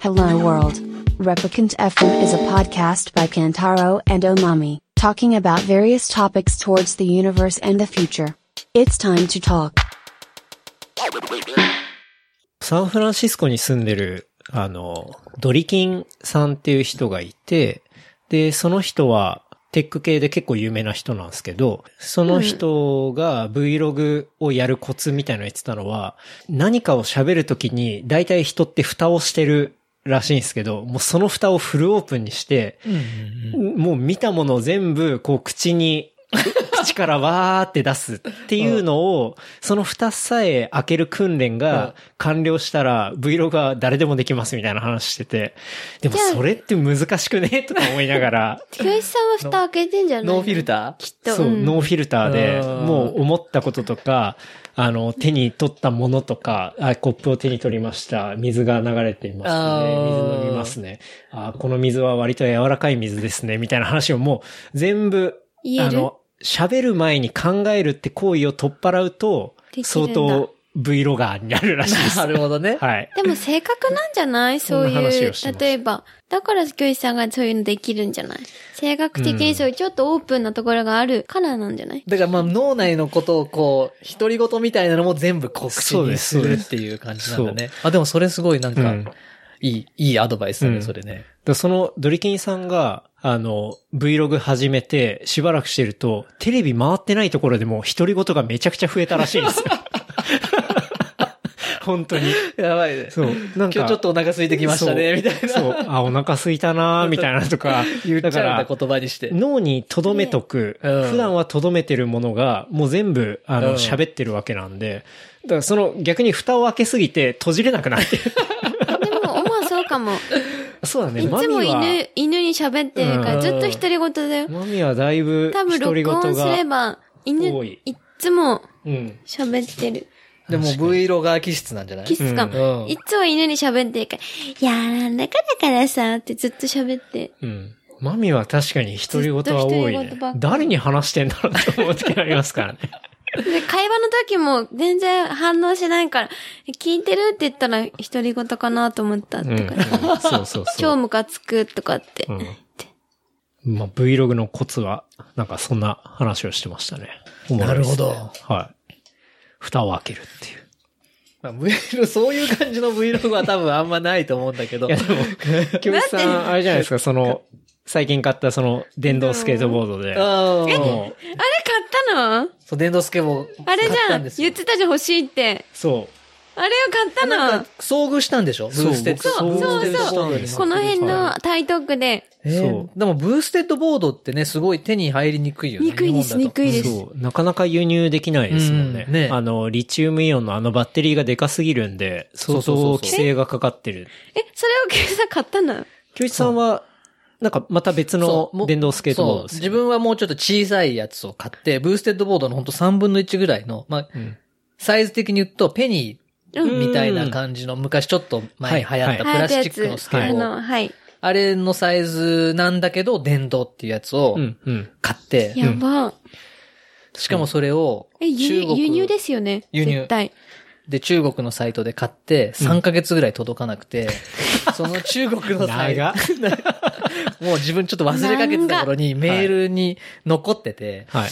Hello World. Replicant FM is a podcast by Kantaro and Omami, talking about various topics towards the universe and the future. It's time to talk. サンフランシスコに住んでる、あの、ドリキンさんっていう人がいて、で、その人は、テック系で結構有名な人なんですけど、その人が Vlog をやるコツみたいなの言ってたのは、何かを喋るときに、大体人って蓋をしてるらしいんですけど、もうその蓋をフルオープンにして、もう見たものを全部、こう口 に、口からわーって出すっていうのを、その蓋さえ開ける訓練うんが完了したら Vlog は誰でもできますみたいな話してて、でもそれって難しくねとか思いながら、清一さんは蓋開けてんじゃないノーフィルター。タきっと。そう、んノーフィルターで、うんもう思ったこととか、あの、手に取ったものとか、あ、コップを手に取りました。水が流れていますあね。ー水飲みますね。あ、この水は割と柔らかい水ですね。みたいな話をもう全部、言えあるの、喋る前に考えるって行為を取っ払うとで、きる相んだ当 Vlogger になるらしいでー。 す。なるほどね。はい。でも性格なんじゃないそそんうな話いをうしてまし、た例えば。だから教師さんがそういうのできるんじゃない性格的にそういうちょっとオープンなところがあるからなんじゃないだからまあ脳内のことをこう、独り言みたいなのも全部告知そうでにすすそうるでっすていう感じなんだね。あ、でもそれすごいなんうんか、いい、いいアドバイスだうね、んそれね。でそのドリキンさんが、あの、Vlog 始めて、しばらくしてると、テレビ回ってないところでもう独り言がめちゃくちゃ増えたらしいん ですよ。本当に。やばいね。そう。なんか。今日ちょっとお腹空いてきましたね、みたいな。そう。そうあ、お腹空いたな ーみたいなとか。言っだちかゃうらんだ、言葉にして。脳に留めとく、ねうん普段は留めてるものが、もう全部、あうんの、喋、ってるわけなんで、だからその、逆に蓋を開けすぎて閉じれなくな ってる。でも、思はそうかも。そうだね、いつマミもは、犬、犬に喋ってるかうら、んずっと独り言だよ。マミはだいぶ、多分独り録言音すれが、ば、犬多い、いっつもうん。喋ってる。でも V ロガー気質なんじゃないキスかうんも。いっつも犬に喋ってるから、いやーなんだかだからさ、ってずっと喋って。うん。マミは確かに独り言は多いずっと独りね言ばっか。り誰に話してんだろうって思う時ありますからね。で、会話の時も全然反応しないから、聞いてるって言ったら独り言かなと思ったとうか、ん、うんそうそうそ超う。ムカつくとかって。うん。まあ、Vlog のコツは、なんかそんな話をしてましたね。おもろいですねなるほはい。蓋を開けるっていう。まあ V ロ そういう感じの V ログは多分あんまないと思うんだけど。いや、でも、教師さん、あれじゃないですか、その、最近買ったその、電動スケートボードで。うもうんあれ買ったのそう、電動スケボー。あれじゃん言言っってたじゃん欲しいって。そあれを買ったたなんのか遭遇したんでしょブそうーステッド。そうブーステッドそうそうボードに乗ってこの辺の台東区で、えーそうでもブーステッドボードってね、すごい手に入りにくいよね。憎いです、日本だと憎いでう。す。そう。なかなか輸入できないですもんね。うんねあの、リチウムイオンのあのバッテリーがでかすぎるんで、相そうそうそうそ当う規制がかかってる。え、それを今朝買ったの教一さんは、なんかまた別のそうも電動スケートボードそうですよね自分はもうちょっと小さいやつを買って、ブーステッドボードのほんと3分の1ぐらいの、まあ、うんサイズ的に言うと、ペニうーん。みたいな感じの、昔ちょっと前に流行ったプ流行ラったスやチックのスつ。ケボあー。の、はい。あれのサイズなんだけど、電動っていうやつをうん、うん。買って、やば。しかもそれを、え、輸中入国輸入ですよね。輸入絶対。で、中国のサイトで買って、3ヶ月ぐらい届かなくて、その中 国のサイト長、っ。もう自分ちょっと忘れかけてた頃にメールに残ってて、 はい。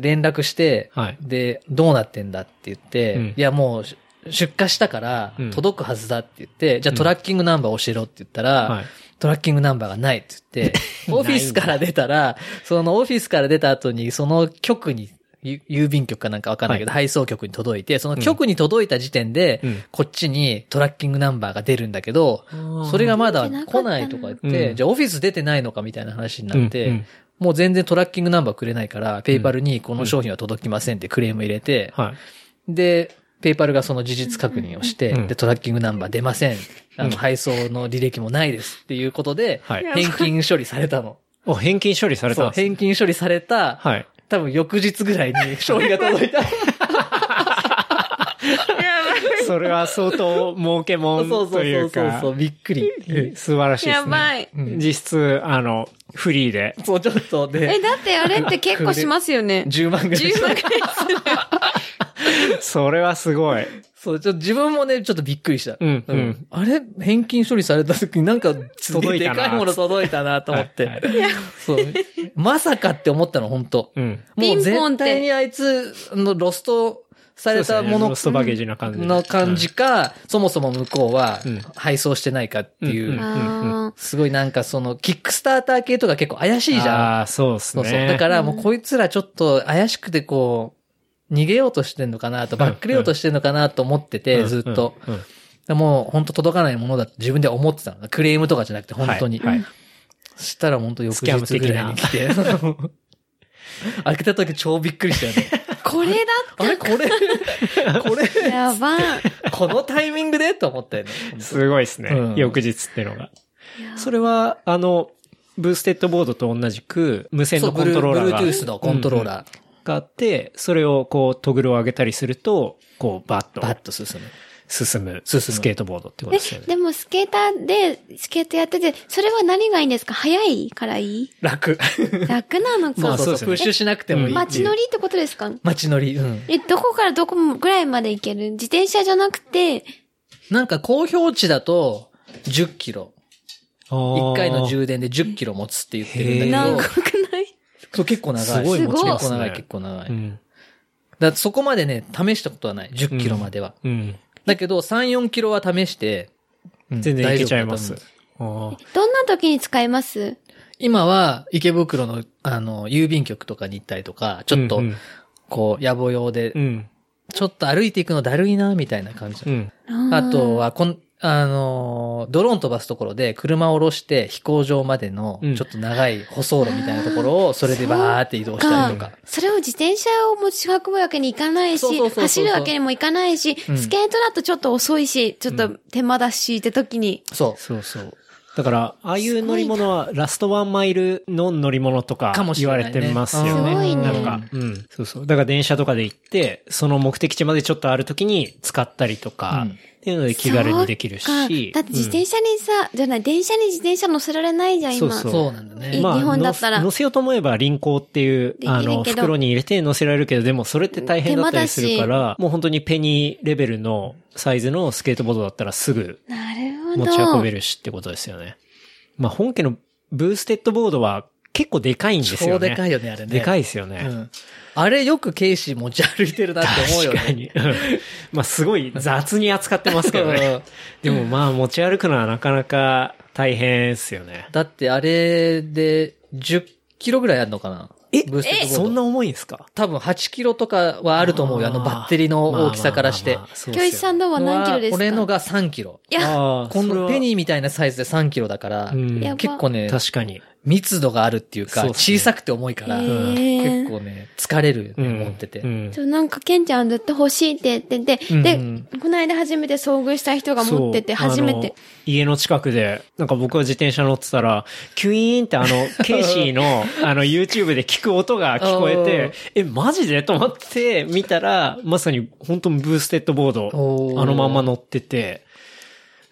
連絡して、はいで、どうなってんだって言って、うんいやもうし出荷したからうん届くはずだって言って、じゃあトラッキングナンバー教えろって言ったら、はい。トラッキングナンバーがないって 言って、 オフィスから出たら、そのオフィスから出た後に、その局に、ゆ郵便局かなんかわかんないけど、配送局に届いて、その局に届いた時点で、うんこっちにトラッキングナンバーが出るんだけど、それがまだ来ないとか言って、うんじゃあオフィス出てないのかみたいな話になって、うんうんもう全然トラッキングナンバーくれないから、ペイパルにこの商品は届きませんってクレーム入れて、はい。で、ペイパルがその事実確認をして、うんで、トラッキングナンバー出ません。あうんの、配送の履歴もないですっていうことで、はい返金処理されたの。お、返金処理されそたう、んです返金処理された、はい。多分翌日ぐらいに商品が届い た。 それは相当儲けもそうんそうそとういそううか、そう、びっくり。素晴らしいですね。やばいうん実質、あの、フリーで。そう、ちょっとで、 え、だってあれって結構しますよね。 10万ぐらい。 10万くらいする。それはすごい。そう、ちょっと自分もね、ちょっとびっくりした。うんうんあれ返金処理された時になんか、すげえ届いでたなかいもの届いたなと思って。はいそう。まさかって思ったの、本当うん。ピもンポンうって絶対にあいつのロストされそたもうですねのロストバゲージな感じでの感じか、そもそも向こうはうん配送してないかっていう、うんあーすごいなんかその、キックスターター系とか結構怪しいじゃん。ああ、そうですそね。うそう。だからもうこいつらちょっと怪しくてこう、逃げようとしてんのかなと、バックれようとしてんのかなと思ってうんて、うんずっと。うんでもう本当届かないものだって自分では思ってたの。クレームとかじゃなくて本当に。はいはいそしたら本当翌スキャン日的ぐらいなに来て。 開けた時超びっくりした よね。これだあれこれ、こってれ、や ばい。このタイミングでと思ったよね。すごいですね、うん翌日ってのが。それは、あの、ブーステッドボードと同じく、無線そう、のコブルントー、ローラーが Bluetooth のコントローうんうんラー、があって、それをこう、トグルを上げたりすると、こう、バッとバッと進む。進む、進むスケートボードってことですよえ、ね。でもスケーターで、スケートやってて、それは何がいいんですか早いからいい楽。楽な のか。まあそうそうですよそうそう、ねプッシュしなくてもいいって街いう。乗りってことですか街乗り。うん。え、どこからどこぐらいまで行ける自転車じゃなくて、なんか公表値だと、10キロ。あー1回の充電で10キロ持つって言ってるんだ長けど、くないそう結構長い。すごい持ちま結す構ね長い、結構長い。うん。だからそこまでね、試したことはない。10キロまでは。うん。だけど、3、4キロは試して、うん全然いけちゃいま。大す丈夫だと思う。あどんな時に使えます今は、池袋の、あの、郵便局とかに行ったりとか、ちーょっとうん、こう、野暮用でう、ん。ちょっと歩いていくのだるいな、みたいな感じう。ん。あと、は、こん、あのー、ドローン飛ばすところで、車を下ろして飛行場までのうん、ちょっと長い舗装路みたいなところを、それでバーって移動したりとか。それを自転車を持ち運ぶわけにいかないそうそうし、そうそう走るわけにもいかないし、うんスケートだとちょっと遅いし、ちょっと手間だしって時に。そそうそう。だから、ああいう乗り物は、ラストワンマイルの乗り物とかかも、し言れなわいねれてますよね。すごいねなんか、うん。そうそう。だから電車とかで行って、その目的地までちょっとあるときに使ったりとかうん、っていうので気軽にできるし。そうかだって自転車にさ、じゃない、電車に自転車乗せられないじゃん、今。そうう。そうそうなんだね。いまあ日本だったらの乗せようと思えば輪行っていうで、きるあの、けど袋に入れて乗せられるけど、でもそれって大変だったりするか手間ら、もう本当にペニーレベルのサイズのスケートボードだったらすぐなるほ持ど。ち運べるしってことですよね。まあ本家のブーステッドボードは結構でかいんです超よね。でかいよね、あれね。でかいですよね。うん。あれよくケイシー持ち歩いてるなって思うよ確ね。かに。うん まあすごい雑に扱ってますけどね。うんでもまあ持ち歩くのはなかなか大変ですよね。だってあれで10キロぐらいあるのかなえブーステッドボードそんな重いんですか多分8キロとかはあると思うよ。あのバッテリーの大きさからして。教師さんだのは何キロですか俺のが3キロ。いや、このペニーみたいなサイズで3キロだから、うんやば結構ね、確かに。密度があるっていうか、そうっすね小さくて重いから、へうんー結構ね、疲れるよね、持ってて。うんちょなんか、ケンちゃんずっと欲しいって言ってて、で、うんこの間初めて遭遇した人が持ってて、そう初めあのて。家の近くで、なんか僕が自転車乗ってたら、キュイーンってあの、ケイシーの、あの、YouTube で聞く音が聞こえて、え、マジでと思って見たら、まさに本当にブーステッドボーおド、ーあのまんま乗ってて、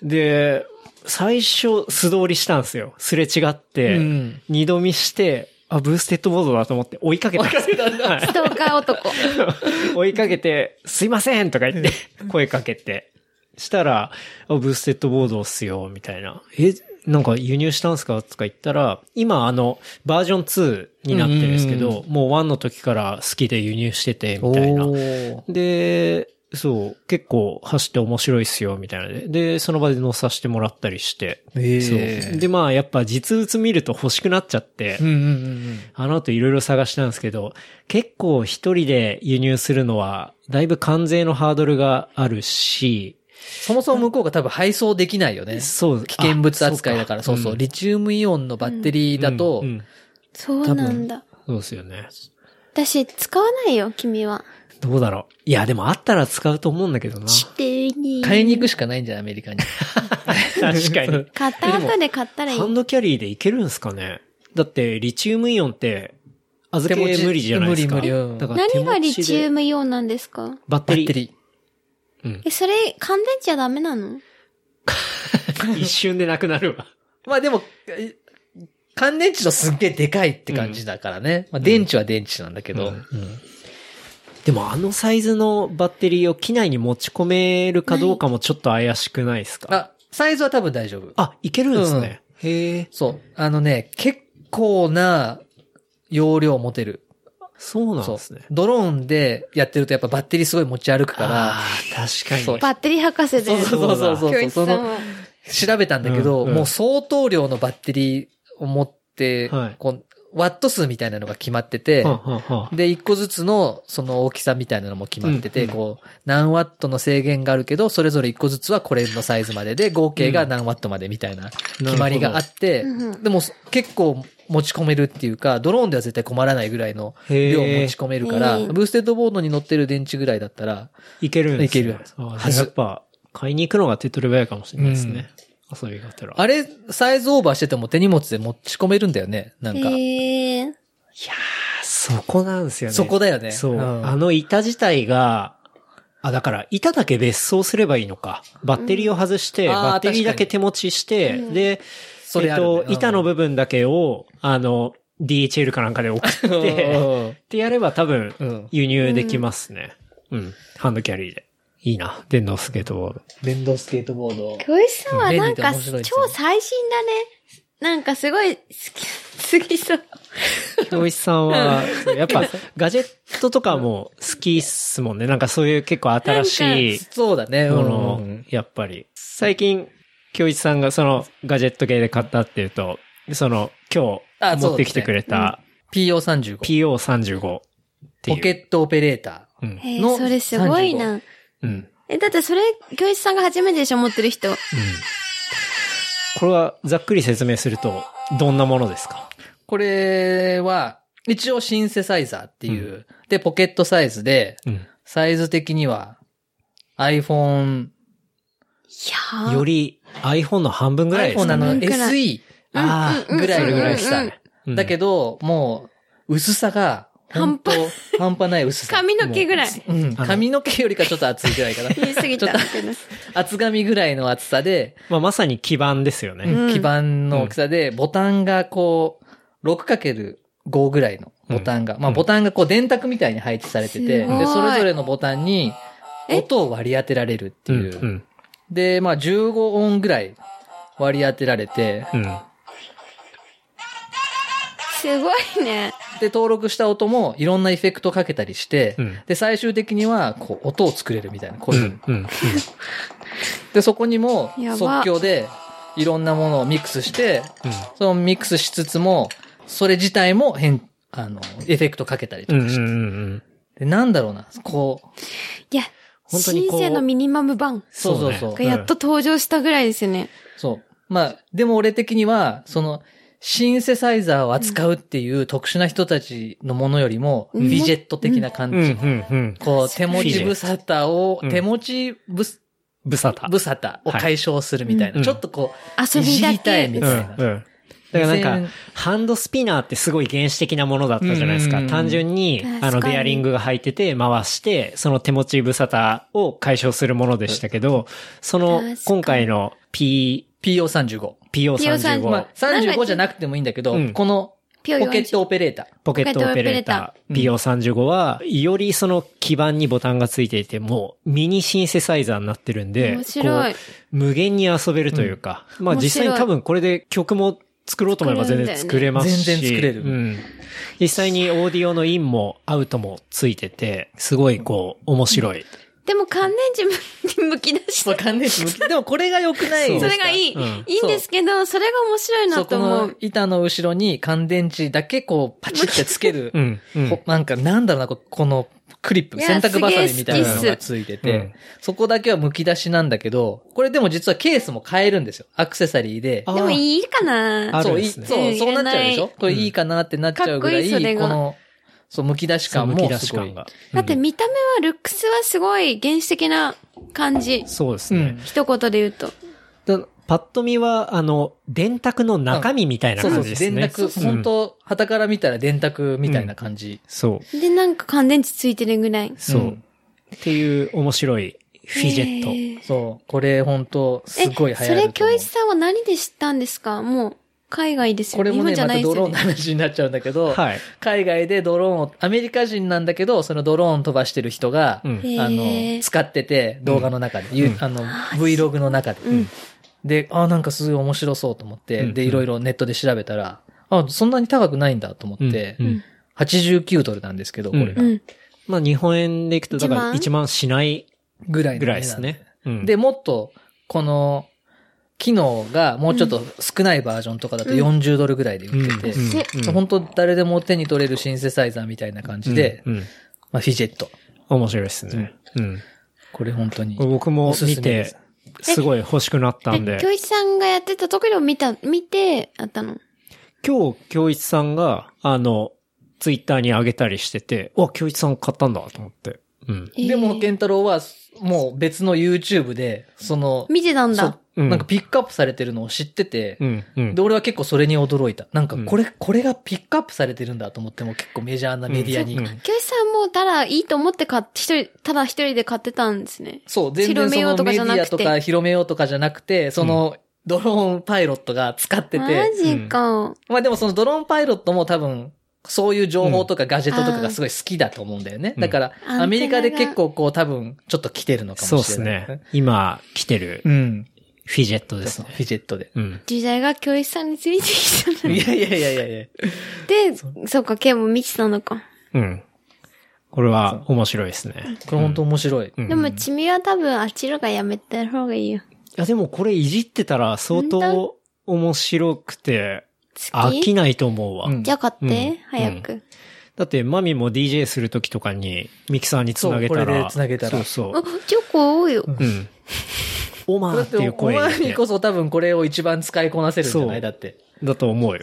で、最初素通りしたんですよ。すれ違って、うん二度見して、あ、ブーステッドボードだと思って追いかけたんですよ。はいストーカー男。 追いかけて、すいませんとか言って、声かけて。したら、あブーステッドボードっすよ、みたいな。え、なんか輸入したんすかとか言ったら、今あの、バージョン2になってるんですけうんうど、もう1の時から好きで輸入してて、みたいなお。ーで、そう、結構走って面白いっすよ、みたいなので。で、その場で乗させてもらったりして。えーそう。で、まあ、やっぱ実物見ると欲しくなっちゃって、うんうんうんうん。あの後いろいろ探したんですけど、結構一人で輸入するのは、だいぶ関税のハードルがあるし、そもそも向こうが多分配送できないよね。そう、危険物扱いだから、そうそう、リチウムイオンのバッテリリーだと、そうなんだ。そうですよね。私、使わないよ、君は。どうだろう。いや、でもあったら使うと思うんだけどな。買買いに行くしかないんじゃないアメリカに。確かに。買った後で買ったらい いハ。ンドキャリーでいけるんすかねだって、リチウムイオンって、預手持けち無理じゃないですか。無理無理うんだから手持ちで何がリチウムイオンなんですかバッバテリッテー。リー。え、それ、乾電池はダメなの 一瞬でなくなるわ。まあでも、え乾電池のすっげえでかいって感じだからね。まあ電池は電池なんだけど。うんでもあのサイズのバッテリーを機内に持ち込めるかどうかもちょっと怪しくないですか、あ、サイズは多分大丈夫。あ、いけるんですね。へえ、そう。あのね、結構な容量持てる。そうなんそうですね。ドローンでやってるとやっぱバッテリーすごい持ち歩くから、ああ、確かに。そうバッテリー博士で。そうそうそうそう教一さんそは調べたんだけど、うんうんもう相当量のバッテリーを持って、はいこうワット数みたいなのが決まってて、はんはんはんで、一個ずつの、その大きさみたいなのも決まってて、うんうんこう、何ワットの制限があるけど、それぞれ一個ずつはこれのサイズまでで、合計が何ワットまでみたいな決まりがあって、うんうんでも結構持ち込めるっていうか、ドローンでは絶対困らないぐらいの量を持ち込めるから、へーブーステッドボードに乗ってる電池ぐらいだったら、いけるんですね。いけるあはじずゃあやっぱ、買いに行くのが手っ取り早いかもしれないですね。遊びがてら。あれ、サイズオーバーしてても手荷物で持ち込めるんだよね、なんか。へえ。そこなんですよね。そこだよね。そう。んあの板自体が、あ、だから、板だけ別装すればいいのか。バッテリーを外して、うんあーバッテリーだけ確かに手持ちして、で、それえっあるねと、うん板の部分だけを、あの、DHL かなんかで送って、ってやれば多分うん、輸入できますね。うん。ハンドキャリーで。いいな。電動スケートボード。電動スケートボード。教一さんはなんか便利で面白いですよ超最新だね。なんかすごい好き、すぎそう。教師さんは、 やっぱ、ガジェットとかも好きっすもんね。なんかそういう結構新しいそうだね、もうのん、やっぱり。最近、教一さんがそのガジェット系で買ったっていうと、その、今あ日そう持ってきてくれた PO35。 PO35 っていう。ポケットオペレータうん。へえのそれすごいな。うん。うん。え、だってそれ、教一さんが初めてでしょ、持ってる人。これはざっくり説明すると、どんなものですかー。これは、一応シンセサイザーっていう、で、ポケットサイズで、うん。サイズ的には iPhone、いやーより iPhone の半分ぐらいですか iPhone なの半分くら SE ああ、うんうんうんぐらいそれのぐらい大できすさ。うんだけど、もう、薄さが、半端本当半端ない薄さ。髪の毛ぐらい。うん、髪の毛よりかちょっと厚いぐらいかな。 言い過ぎたみたいな。厚紙ぐらいの厚さで、まあ、まさに基盤ですよね。ん基板の大きさで、ボタンがこう、6×5 ぐらいのボタンが、まあボタンがこう電卓みたいに配置されてて、すごいで、それぞれのボタンにえ音を割り当てられるっていう。うん。で、まあ15音ぐらい割り当てられて、うん。すごいね。で、登録した音もいろんなエフェクトかけたりして、うんで、最終的にはこう音を作れるみたいな、こうういうのん。うん。で、そこにもやば即興でいろんなものをミックスして、そのミックスしつつも、それ自体も変、あの、エフェクトかけたりとうん。うん。うんかして。うん。で、なんだろうな、こう、いや、本当に新こう生のミニマム版そうそうそうそねう。がやっと登場したぐらいですよね。そう。まあ、でも俺的には、その、シンセサイザーを扱うっていう特殊な人たちのものよりも、うんビジェット的な感うん。うじ。ん。うん。こう、手持ち無沙汰をうん、手持ち無すぶさた。無沙汰を解消するみたいはな。いちょっとこう、遊いびじだりたけいみうん。うたいん。な。だからな以ん前か、ハンドスピナーってすごい原始的なものだったじゃないですうんか。うんうん単純に確、かあにの、ベアリングが入ってて、回して、その手持ちぶさたを解消するものでしたけど、その確かに、今回の P、 PO35。 PO35。まあ、なんか35じゃなくてもいいんだけど、うんこの、ピポョヨケットオペレーター。ポケットオペレーター PO35 は、よりその基板にボタンがついていて、もうミニシンセサイザーになってるんで、面白いこう無限に遊べるというか、まあ面白い実際に多分これで曲も作ろうと思えば全然作れますし、作れるんだよね全然作れうん。実際にオーディオのインもアウトもついてて、すごいこう面白い。でも乾電池むむき出しそう、て。関連詞向き でもこれが良くないそでうすそかれがいい。うんいいんですけど、それが面白いなそとこ思のう。板の後ろに乾電池だけこうパチってつけるう、ん。うんほなんかなんだろうな、ここのクリップ、いや洗濯バサミみたいなのがつすげえいて、好きってそこだけは剥き出しなんだけど、これでも実はケースも変えるんですよ。アクセサリーで。あでもいいかあなそう、るんいですねそうう、んそうなっちゃうでしいらょなこれいいかなってなっちゃうぐらかっこいい、いそれがこの、そう、剥き出し感むきも出しすご感いが。。だって見た目は、ルックスはすごい原始的な感じうん。そうですね。一言で言うと。だパッと見は、あの、電卓の中身みたいなそうそ感う、じです電ね。卓、うん本当旗から見たら電卓みたいな感じ。そう。で、なんか乾電池ついてるぐらい。そう。うんっていう面白いフィジェット。へーそう、これ本当すごい流行ると思え、う。それ、教一さんは何で知ったんですかもう、海外ですこよね。れ日も本ね、じゃまなたいでドすローよンのね。話になっちゃうんだけど、はい。海外でドローンを、アメリカ人なんだけど、そのドローン飛ばしてる人が、うん。へーあの、使ってて、動画の中で、ゆあの、Vlog の中で。うんで、あなんかすごい面白そうと思って、うんで、いろいろネットで調べたら、あそんなに高くないんだと思って、うんうん89ドルなんですけど、これが。うん。まあ日本円でいくと、だから一1万しないぐらいのぐらいですね。うん、で、もっと、この、機能がもうちょっと少ないバージョンとかだとうん40ドルぐらいでうん、売ってて、でうん本当誰でも手に取れるシンセサイザーみたいな感じで、うんうんまあ、フィジェット。面白いですね。うん。これ本当にこれ。僕もおすす見めでてす、すごい欲しくなったんえで、。教一さんがやってたところを見た、見て、あったの。今日、京一さんが、あの、ツイッターに上げたりしてて、うわ、京一さん買ったんだと思って。うん。えーでも、ケンタロウは、もう別の YouTube で、その、見てたんだ。そううんなんかピックアップされてるのを知ってて、うん、うんで、。俺は結構それに驚いた。なんか、うんこれ、これがピックアップされてるんだと思っても結構メジャーなメディアに。うんうん教一さんもただいいと思って買って、一人、ただ一人で買ってたんですね。そう、全然広めよそうとのかメじデゃなくてィアとか広めようとかじゃなくて、その、ドローンパイロットが使ってマて、ジか。まあでもそのドローンパイロットも多分、そういう情報とかガジェットとかがすごい好きだと思うんだよね。うんだから、うんアメリカで結構こう多分、ちょっと来てるのかそうもでしすれない。ね。今、来てるう、ん。フィジェットそうでですすねね。フィジェットで。うん。時代が教一さんについてきたいな。やいやいやいやいや。で、そうか、ケイも見てたのか。うん。これは面白いですね。これ本当面白い。うんでも、チミは多分、あっちのがやめた方がいいよ。いや、でもこれいじってたら相当面白くて、好飽ききないと思うわ。うんじゃあ買って、うん早く。だって、マミも DJ するときとかにミキサーにつなげたら。そうこれでつなげたらそうそあう。、チョコ多いよ。うん。オマ だーっってて、いうお声前にでこそ多分これを一番使いこなせるんじゃなそういだって。だと思うよ。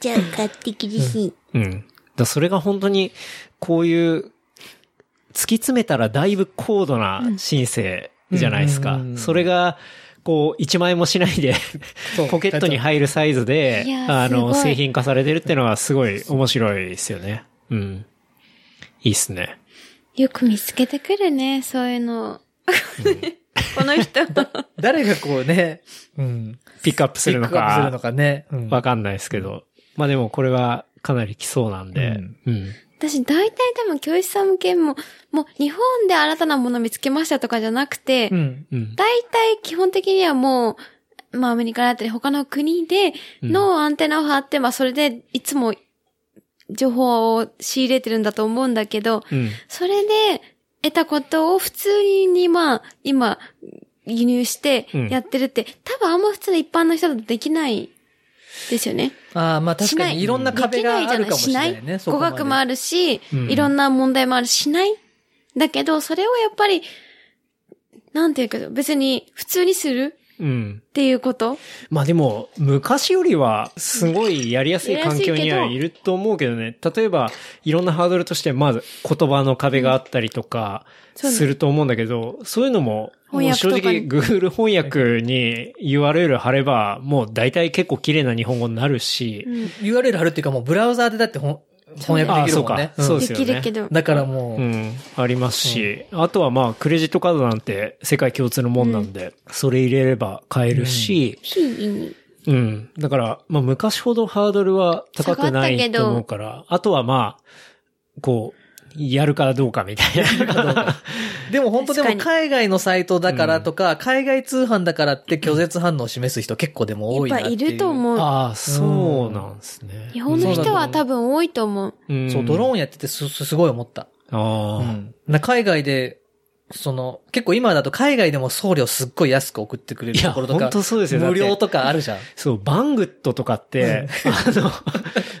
じゃあ買ってきりし。うん。だそれが本当に、こういう、突き詰めたらだいぶ高度な申請じゃないですか。うんうんそれが、こう、1万円もしないで、そうポケットに入るサイズでい、やあの、すごい製品化されてるってのはすごい面白いですよね。うん。いいっすね。よく見つけてくるね、そういうの。 この人。誰がこうね、うん。ピックアップするのピックアップするかの、かね。うんわかんないですけど。まあでもこれはかなり来そうなんで、うん。私、大体多分、教師さん向けも、もう、日本で新たなもの見つけましたとかじゃなくて、うん。うん。大体基本的にはもう、まあアメリカだったり他の国でのアンテナを張って、まあそれでいつも情報を仕入れてるんだと思うんだけど、うん。それで得たことを普通にまあ今輸入してうんやってるって、多分あんま普通の一般の人だとできないですよね。ああ、まあ確しかなにいいろんな壁があるかもしれないね。そこ語まで学もあるし、うんいろんな問題もあるしない。だけど、それをやっぱり、なんていうけど、別に普通にするうん。っていうことまあでも、昔よりは、すごいやりやすい環境にやりやはすいけどいると思うけどね。例えば、いろんなハードルとして、まず言葉の壁があったりとか、そうねすると思うんだけど、そういうのも、翻もう訳と正かに直 Google 翻訳に URL 貼れば、もう大体結構綺麗な日本語になるし、 URL 貼るっていうかもうブラウザーでだってほん翻あ訳あできそうるもかんね。。うんそうでですよきね。るけど。だからもうう、ん、ありますし、あとはまあ、クレジットカードなんて世界共通のもんなんで、それ入れれば買えるし、非に。うん、だから、まあ昔ほどハードルは高くな下がったけいどと思うから、あとはまあ、こう、やるかどうかみたい な。 でも本当でも確か海外のサイトだからとか、海外通販だからって拒絶反応を示す人結構でも多いなっていう。やっぱいると思うああ、そうなんですね。日本の人は多分多いと思う。うんそう、ドローンやっててす、すすごい思った。あうあ、ん。な海外で、その、結構今だと海外でも送料すっごい安く送ってくれるところといやか本、当そうですよだっ無て料とかあるじゃん。そう、バングットとかって、あの、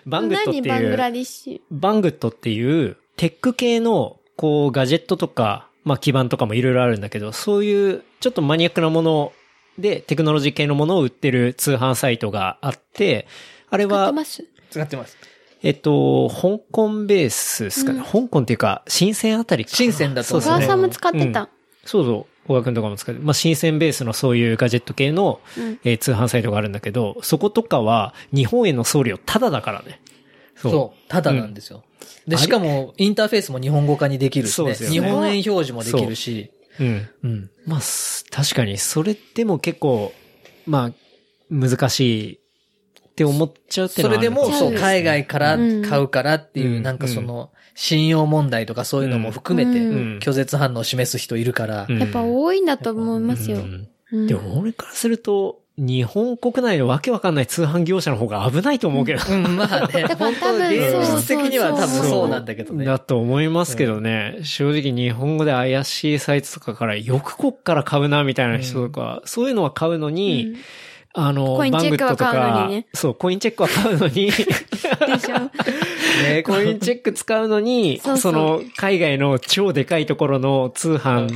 バングットってい何う。バングラディッシバングットっていう、テック系の、こう、ガジェットとか、まあ、基板とかもいろいろあるんだけど、そういう、ちょっとマニアックなもので、テクノロジー系のものを売ってる通販サイトがあって、あれュ買っては、ます使ってます。えっと、香港ベースですかね。うん香港っていうか、深センあたりかな深センだとそうおです母ねさんも使ってた。そうそう。小川くんとかも使って、まあ、深センベースのそういうガジェット系の、うんえー通販サイトがあるんだけど、そことかは、日本への送料タダだからね。そう。ただなんですよ。で、しかも、インターフェースも日本語化にできるしそうね。ですよね日本円表示もできるし。う。うん。うん。まあ、す確かに、それでも結構、まあ、難しいって思っちゃうっていうそのはれあるでのかも、もそう、そうですね海外からうん買うからっていう、うんなんかその、信用問題とかそういうのも含めて、うん拒絶反応を示す人いるから、うんやっぱ多いんだと思いますよう。んうんでも俺からすると、日本国内のわけわかんない通販業者の方が危ないと思うけど。うん、ま あね、だから本多当分現そう実的には多分そうそうなんだけどね。だと思いますけどね。正直日本語で怪しいサイトとかからよくこっから買うなみたいな人とか、そういうのは買うのに、うんあの、コインチェックは買うバングットとのにねかそう、コインチェックは買うの に、でしょねコインチェック使うのに、そうそうの、海外の超でかいところの通販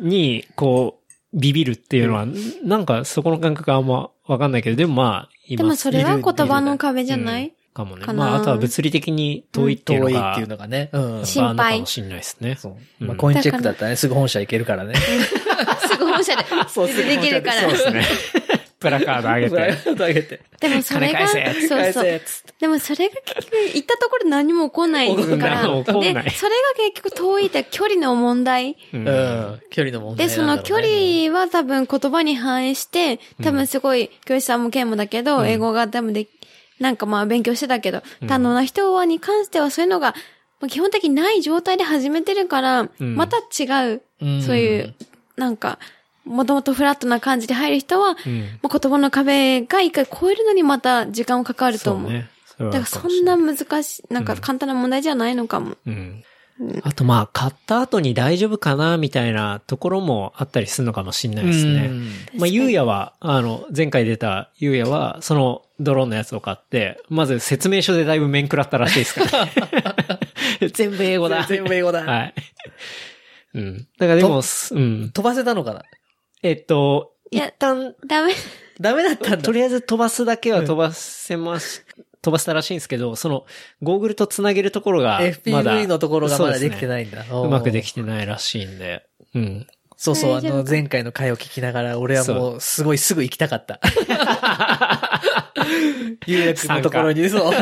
に、こう、ビビるっていうのは、なんかそこの感覚はあんまわかんないけど、でもまあ、今 でもそれは言葉の壁じゃいなるいいるかもね。かなまあ、あとは物理的に遠いっていう遠のいが、っていうのがね。うん。し心配まああるのかもしれないですね。そう。まあ、コインチェックだったらね、すぐ本社行けるからね。すぐ本社でできるから。そうですね。プラカードあげブライて。ト上げて。でもそれが、金返せそうそ返せう。っつってでもそれが結局、行ったところ何も起こんない起こんかないら。で、そ起これんがない結局遠いって距離の問題。ううんん。距離の問題で、その距離は多分言葉に反映して、多分すごい、教師さんも剣もだけど、英語が多分でき、なんかまあ勉強してたけど、堪能な人はに関してはそういうのが、まあ基本的にない状態で始めてるから、んまた違う、うんそういう、なんか、もともとフラットな感じで入る人は、んまあ言葉の壁が一回超えるのにまた時間をかかるとそう思う。ね。それだはかあるらそもしんれいな難しい、なんか簡単な問題じゃないのかも。うんあとまあ、買った後に大丈夫かな、みたいなところもあったりするのかもしれないですね。うんまあ、確かにゆうやは、あの、前回出たゆうやは、そのドローンのやつを買って、まず説明書でだいぶ面食らったらしいですから、ね、 全部英語だ。全部英語だ。はい。うん。だからでも、すうん。飛ばせたのかなえっと、いや一旦、ダメ。ダメだ ったんだと。りあえず飛ばすだけは飛ばせます、飛ばしたらしいんですけど、その、ゴーグルとつなげるところが、まだ、 FPV のところがまだできてい。ないんだ。ううまくできてないらしいんで、うん。そうそう、あ大丈夫の、前回の回を聞きながら、俺はもう、すごいすぐ行きたか った。有約のところに、そう。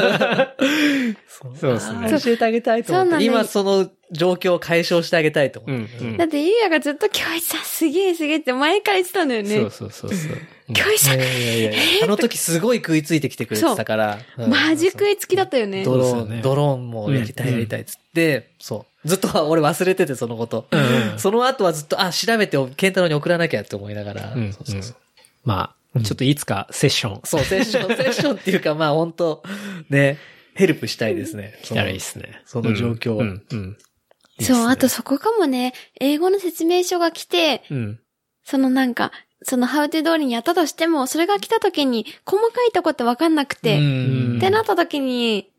そうですねあー教えてあげたいと思そうっなんて。だ今、その状況を解消してあげたいと思うって。ん、うんだっ。て、ゆうやがずっと、教師さんすげえすげえって前から言ってたんだよね。そうそうそうそう。うん教師さん、いやいやいやあの時すごい食いついてきてくれてたから。うんマジ食いつきだったよね。ドロそうですーよン、ねドローンもやりたういんやりたいっつって、そう。ずっと俺忘れてて、そのこと。その後はずっと、あ、調べて、健太郎に送らなきゃって思いながら。うんそうそうそうまあ、ちょっといつかセッションそう、セッション、セッションっていうか、まあ本当ね、ヘルプしたいですね。来たらいいですね。その状況はうん、うん。そう、あとそこかもね、英語の説明書が来て、うん。そのなんか、そのハウテ通りにやったとしても、それが来た時に、細かいとこってわかんなくうて、んってなった時に、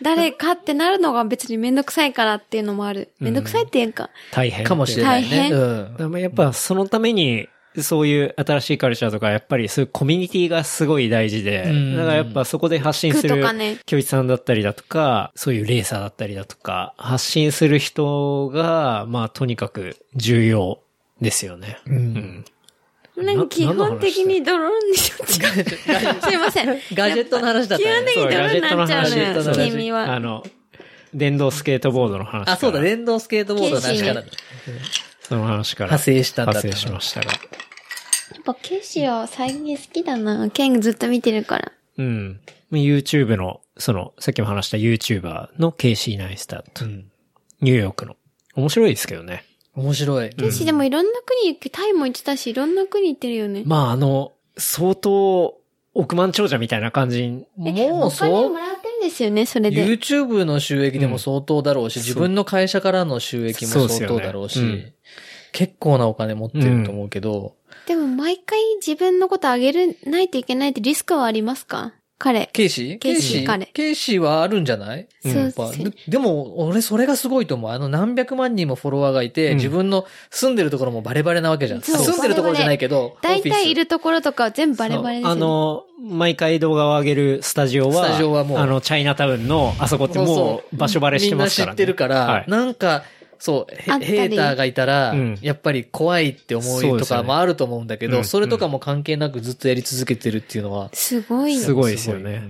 誰かってなるのが別にめんどくさいからっていうのもある。めんどくさいっていうか、大変。かもしれない大ね。変うんでもやっぱそのために、そういう新しいカルチャーとか、やっぱりそういうコミュニティがすごい大事で、うんだからやっぱそこで発信すグーるとかね教一さんだったりだとか、そういうレーサーだったりだとか、発信する人が、まあとにかく重要ですよね。うんなんか基本的にドローンにしょっちゅう。すいません。ガジェットの話だった基よ本ね。的にドローンになっちゃうのそうガジェットのよ、話君あは。の、電動スケートボードの話から。あ、そうだ、電動スケートボードの話からケその話から。派生したんだった派生しましたが。やっぱケイシーは最近好きだな。ケンずっと見てるから。うん。YouTube の、その、さっきも話した YouTuber のケイシー・ナイスターと、うんニューヨークの。面白いですけどね。面白い。ケイシーでもいろんな国行って、タイも行ってたし、いろんな国行ってるよね。まあ、あの、相当、億万長者みたいな感じ。もうお金そうも、らってるんですよね、それで。 YouTube の収益でも相当だろううし、ん自分の会社からの収益も相当だろうし、そうですよね結構なお金持ってると思うけど、でも毎回自分のことあげるないといけないってリスクはありますか彼。ケイシーケイシー彼ケイシーはあるんじゃないそうやっぱででも、俺それがすごいと思う。あの何百万人もフォロワーがいて、うん自分の住んでるところもバレバレなわけじゃん。そう住んでるところじゃないけど、大オフィ体スいるところとかは全部バレバレですあよね。の、毎回動画を上げるスタジオは、スタジオはもうあの、チャイナタウンの、あそこってそうそうもう、場所バレしてますから、ね。みんな知ってるから、はい。なんか、そう、あったヘりヘーターがいたら、うんやっぱり怖いって思そういでとすよかねもあると思うんだけど、そ,、うんれとかも関係なくずっとやり続けてるっていうのは、すごい。すごいですよね。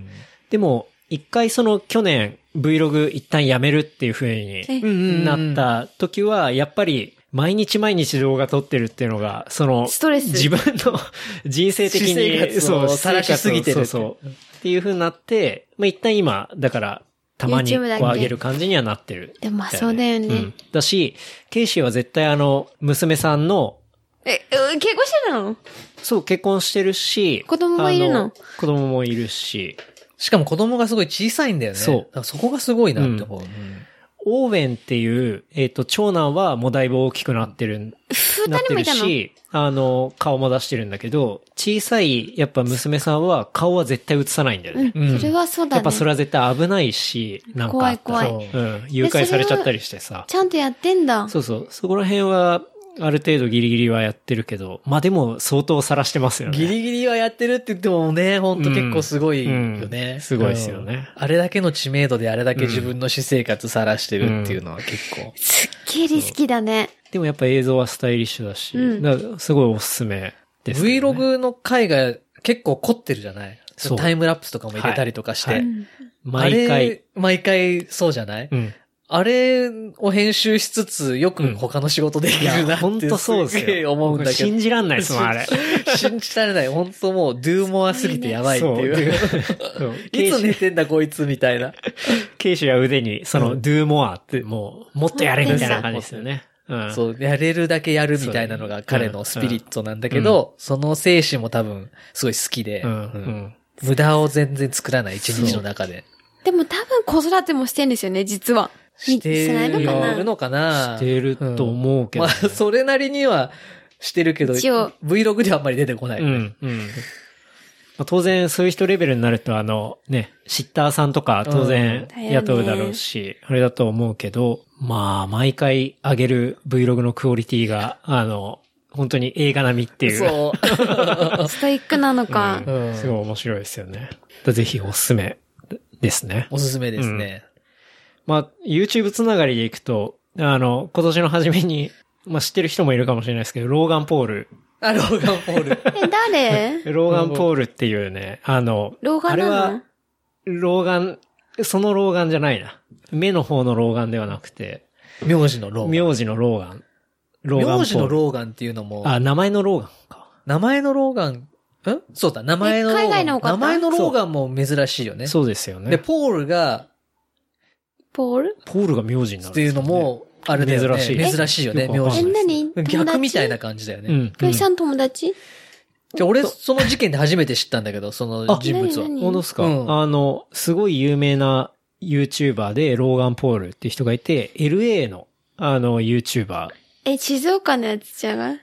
でも、一回その去年 Vlog 一旦やめるっていう風えになった時は、やっぱり毎日毎日動画撮ってるっていうのが、その、ストレス自分の 人生的私生に、活をさらしすぎてるそうそう。っていう風になって、まあ、一旦今、だから、たまにこう YouTube だけ上げる感じにはなってる。でもまあそうだよねんだし、ケイシーは絶対あの、娘さんの、え、え結婚してたのそう、結婚してるし、子供もいるのあ子供もいるし、しかも子供がすごい小さいんだよね。そうだからそこがすごいなって思う。オーウェンっていう、えっ、と、長男はもうだいぶ大きくなってるん、な二っ人てもるいたのし、あの、顔も出してるんだけど、小さい、やっぱ娘さんは顔は絶対映さないんだよね。うん、それはそうだね。やっぱそれは絶対危ないし、なんかあったら。怖いうん。誘拐されちゃったりしてさ。ちゃんとやってんだ。そうそう。そこら辺は、ある程度ギリギリはやってるけど、まあでも相当晒してますよね。ギリギリはやってるって言ってもね、ほんと結構すごいようんね。すごいですよねうんあれだけの知名度であれだけ自分の私生活さらしてるっていうのは結構。すっげえリスキーだね。でもやっぱ映像はスタイリッシュだし、うんだからすごいおすすめです、ね。 Vlog の回が結構凝ってるじゃないそうタイムラプスとかも入れたりとかして。はいはあ毎れ回。。毎回そうじゃない、うん。あれを編集しつつ、よく他の仕事できいるなや、ってほんとそうですすげえよ。思うんだけど。信じらんないですもん、あ れ。信じられない。本当もう、ドゥーモアすぎてやばいっていう。そう いケイつシ寝てんだこいつみたいな。ケイシは腕に、その、うんドゥーモアって、もう、もっとやれみたいな感じですよね。うん。そう、やれるだけやるみたいなのが彼のスピリットなんだけど、その精神も多分、すごい好きで、うん。ううんん。無駄を全然作らない、一日の中で。でも多分子育てもしてんですよね、実は。してしてないのかなるのかなしてると思うけどまねあ、それなりにはしてるけど、一応 Vlog ではあんまり出てこない。うん。うん。まあ当然、そういう人レベルになると、あの、ね、シッターさんとか、当然、うん雇うだろうし、あれだと思うけど、まあ、毎回上げる Vlog のクオリティが、あの、本当に映画並みっていう。そう。ストイックなのか。うんうんすごい面白いですよね。ぜひおすすめですね。 おすすめですね。まあ、YouTube つながりでいくと、あの、今年の初めに、まあ知ってる人もいるかもしれないですけど、ローガン・ポール。あ、ローガン・ポール。 え、誰ローガン・ポールっていうね、あの、老あ眼れなのは、老眼、その老眼じゃないな。目の方の老眼ではなくて、名字のローガン。名字の老眼。老眼ポール。名字のローガンっていうのも、あ、名前の老眼か。名前のローガン、んそうだ、名前のローガえン。海外の多かった名前のローガンも珍しいよね。そうですよで、ね。ポールが、ポールポールが名字になるんっですよねていうの、も、あれだよね。珍しい珍しいよね、えよく名わかえ、ん字。何友達逆みたいな感じだようね。ん。教師さん友達で、俺、その事件で初めて知ったんだけど、そのあ人物を何。本当ですか、うんあの、すごい有名な YouTuber で、ローガン・ポールって人がいて、LA の、あの、YouTuber。え、静岡のやつじゃが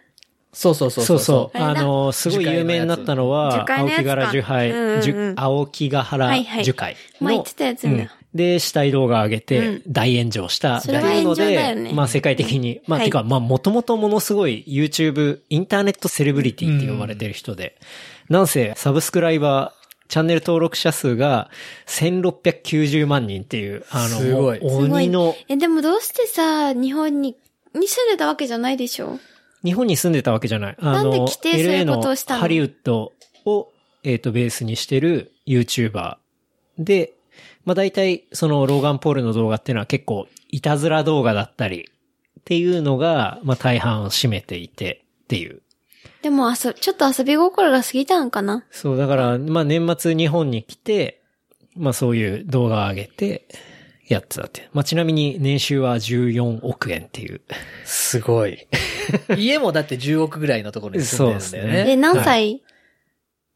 そうそうそうそうそうあれだあの、すごい有名になったのは樹、海青のやつ木か柄樹海、うんうん樹青木ヶはい原はい樹海前言のってたやつうだん。で、死体動画上げてうん、大炎上した。それはっていうの炎上だで、よねまあ世界的に、まあ、はいてか、まあもともとものすごい YouTube、インターネットセレブリティって呼ばれてる人で、なんせ、サブスクライバー、チャンネル登録者数が1690万人っていう、あの、すごいもう鬼の、え、でもどうしてさ、日本に、に住んでたわけじゃないでしょ日本に住んでたわけじゃない。あなんでの、来てそうい LA うこのとをしたのハリウッドを、えっ、と、ベースにしてる YouTuber で、まあ大体、その、ローガン・ポールの動画っていうのは結構、いたずら動画だったり、っていうのが、まあ大半を占めていて、っていう。でも、あそ、ちょっと遊び心が過ぎたんかなそう、だから、まあ年末日本に来て、まあそういう動画を上げて、やってたっていう。まあちなみに年収は14億円っていう。すごい。 家もだって10億ぐらいのところに住んでるんだよそうね。でえ、何歳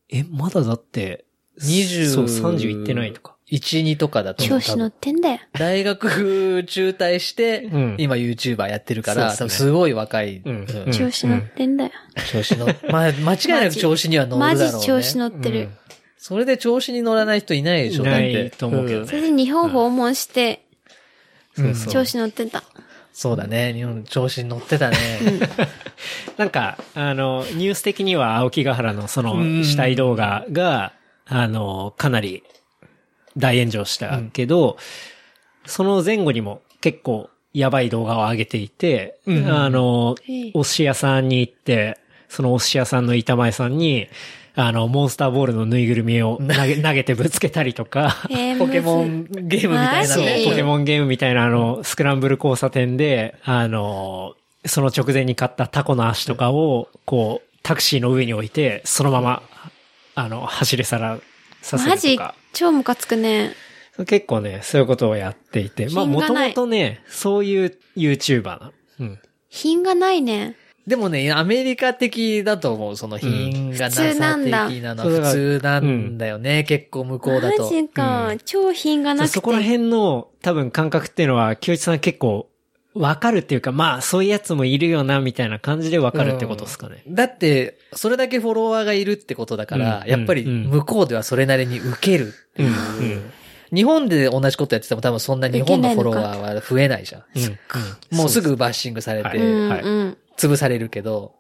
え、まだだって、 20そう、30いってないとか。 1、2とかだと思調う。子多乗っ分てんだよ。大学中退してうん、今 YouTuber やってるかそうら、ですね多分すごい若い。うんうんうん調子乗ってんだよ。調子 の、まあ、間違いなく調子には乗るだろマうね。ジ調子乗ってうるん。それで調子に乗らない人いないでしょ、だっていないと思うけどんねそれで日本訪問して、そうそう調子乗ってた。そうだね、日本調子に乗ってたね。なんか、あの、ニュース的には青木ヶ原のそうんの死体動画が、あの、かなり大炎上したけど、その前後にも結構やばい動画を上げていて、うんあのええ、お寿司屋さんに行って、そのお寿司屋さんの板前さんに、あの、モンスターボールのぬいぐるみを投 げ投げてぶつけたりとか、えーポケモ。むンゲームみたいなマジね。ポケモンゲームみたいなあの、スクランブル交差点で、あの、その直前に買ったタコの足とかを、こう、タクシーの上に置いて、そのまま、あの、走れさらさせマるとジか。、超ムカつくね。結構ね、そういうことをやっていて。まあ、品もがとないもとね、そういう YouTuber なの。うん。品がないね。でもね、アメリカ的だと思う。その品がなうん普通なさんだ的なのは普通なんだよね。結構向こうマだと。ジか、うん超品がなくて。そこら辺の多分感覚っていうのは、清一さん結構わかるっていうか、まあそういうやつもいるよな、みたいな感じでわかるってことですかね。だって、それだけフォロワーがいるってことだから、うんやっぱりうん向こうではそれなりに受ける。うん。うん。日本で同じことやってても多分そんな日本のフォロワーは増えないじゃん。うんもうすぐバッシングされ辺て、うん、はいうん。潰されるけど、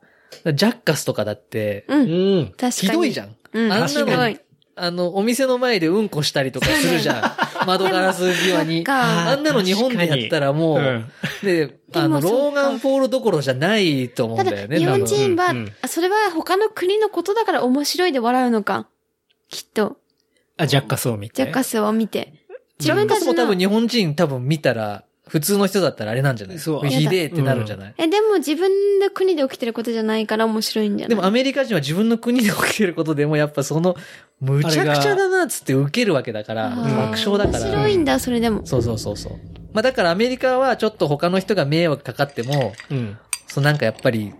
ジャッカスとかだって、う。うんん。確かに。ひどいじゃん。うん、あんなのひどい。あの、お店の前でうんこしたりとかするじゃん。窓ガラス際そっに。か。あんなの日本でやったらもう、うんで、あの、でもそうローかガンポールどころじゃないと思うたんだだよ、ね、日本多分人は、うんうんあそれは他の国のことだから面白いで笑うのか。きっと、あ、ジャッカスを見て。ジャッカスを見て。ジ自ャッ分カたスちも多分の、日本人多分見たら、普通の人だったらあれなんじゃないそうひでえってなるんじゃない、え、でも自分の国で起きてることじゃないから面白いんじゃなでいもアメリカ人は自分の国で起きてることでもやっぱその、むちゃくちゃだなっつって受けるわけだから、あー爆笑だから。面白いんだ、それでも。そうそうそうそう。まあだからアメリカはちょっと他の人が迷惑かかっても、うん。そうなんかやっぱり、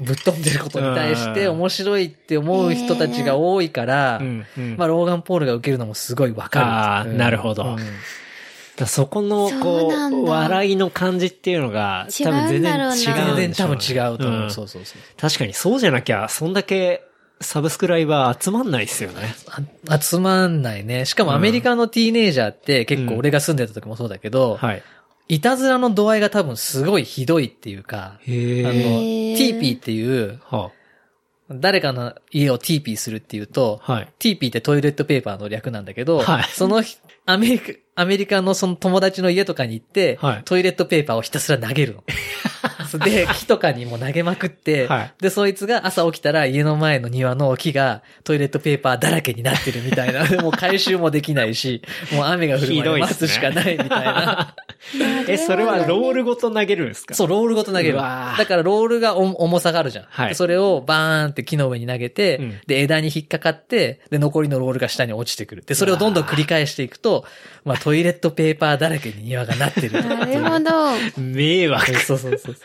ぶっ飛んでることに対してうん面白いって思う人たちが多いから、うん。うん。まあローガン・ポールが受けるのもすごいわかる。あーうんなるほどうんだそこの、そうこなんう、だ笑いの感じっていうのが、違多分うん全だ然ろうな違全うん然でしょ多うね分違うと思う。んそうそうそう。確かにそうじゃなきゃ、そんだけサブスクライバー集まんないですよね。あ集まんないね。しかもアメリカのティーネイジャーって結構俺が住んでた時もそうだけど、はい。いたずらの度合いが多分すごいひどいっていうか、あの、テへえ。へーィーピーっていう、は誰かの家をティーピーするっていうと、あはい。ティーピーってトイレットペーパーの略なんだけど、はいその日アメリカ、アメリカのその友達の家とかに行って、はいトイレットペーパーをひたすら投げる の。で、木とかにも投げまくって、はいで、そいつが朝起きたら家の前の庭の木がトイレットペーパーだらけになってるみたいな、 もう回収もできないし、もう雨が降るまで待つしかないみた いな。え、それはロールごと投げるんですかそう、ロールごと投げる。うだわーからロールがお重さがあるじゃん。はいそれをバーンって木の上に投げて、うんで、枝に引っかかって、で、残りのロールが下に落ちてくる。で、それをどんどん繰り返していくと、まあ、トイレットペーパーだらけに庭がなってる。なるほど。迷惑。そうそうそう。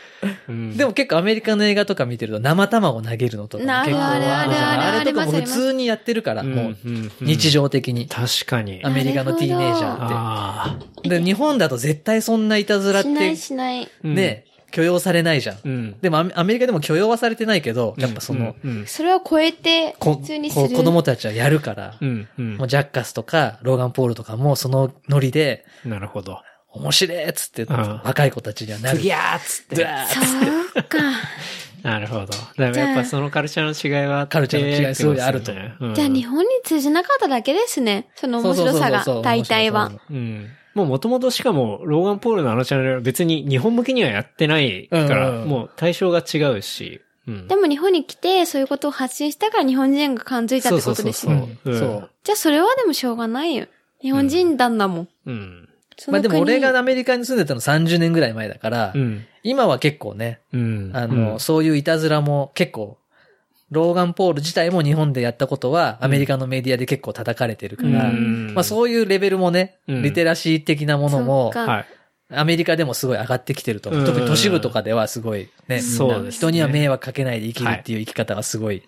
うんでも結構アメリカの映画とか見てると生卵投げるのとかも結構あるあるあるあるああれりとかますも普通にやってるから、もう日日常。常的に。確かにア。メリカのティーネイジャーっああ。て。で、日本だと絶対そんないたずらっしなてい、しない。うんね、許容されないじゃん。うん。でもアメアメリカでも許容はされてないけど、うんやっぱその、、うんそれを超えて、こ普通にすこる。う子供たちはやるから、うん。うんもうジャッカスとか、ローガン・ポールとかも、そのノリで、なるほど。面白いっつって、ん若い子たちにはなる。次やーっつっドて。ワーそッうか。なるほど。だからやっぱそのカルチャーの違いはあって、カルチャーの違いすごいあるとってことですよねじゃあ日本に通じなかっただけですね。その面白さがそうそうそうそ、う大体は。。うん。うんもう元々しかも、ローガン・ポールのあのチャンネルは別に日本向きにはやってないから、うんもう対象が違うし。うんでも日本に来て、そういうことを発信したから日本人が感づいたってことですそうよ。そううそそううそう。うんそうじゃあそれはでもしょうがないよ。日本人なんだもん。うん。そまのあで国も俺がアメリカに住んでたの30年ぐらい前だから、うん。今は結構ね、うん。あの、そういういたずらも結構、ローガン・ポール自体も日本でやったことは、アメリカのメディアで結構叩かれてるから、うんまあそういうレベルもね、うんリテラシー的なものも、そっかはい。アメリカでもすごい上がってきてると思う。うん特に都市部とかではすごいね、みんそうなですね人には迷惑かけないで生きるっていう生き方がすごい、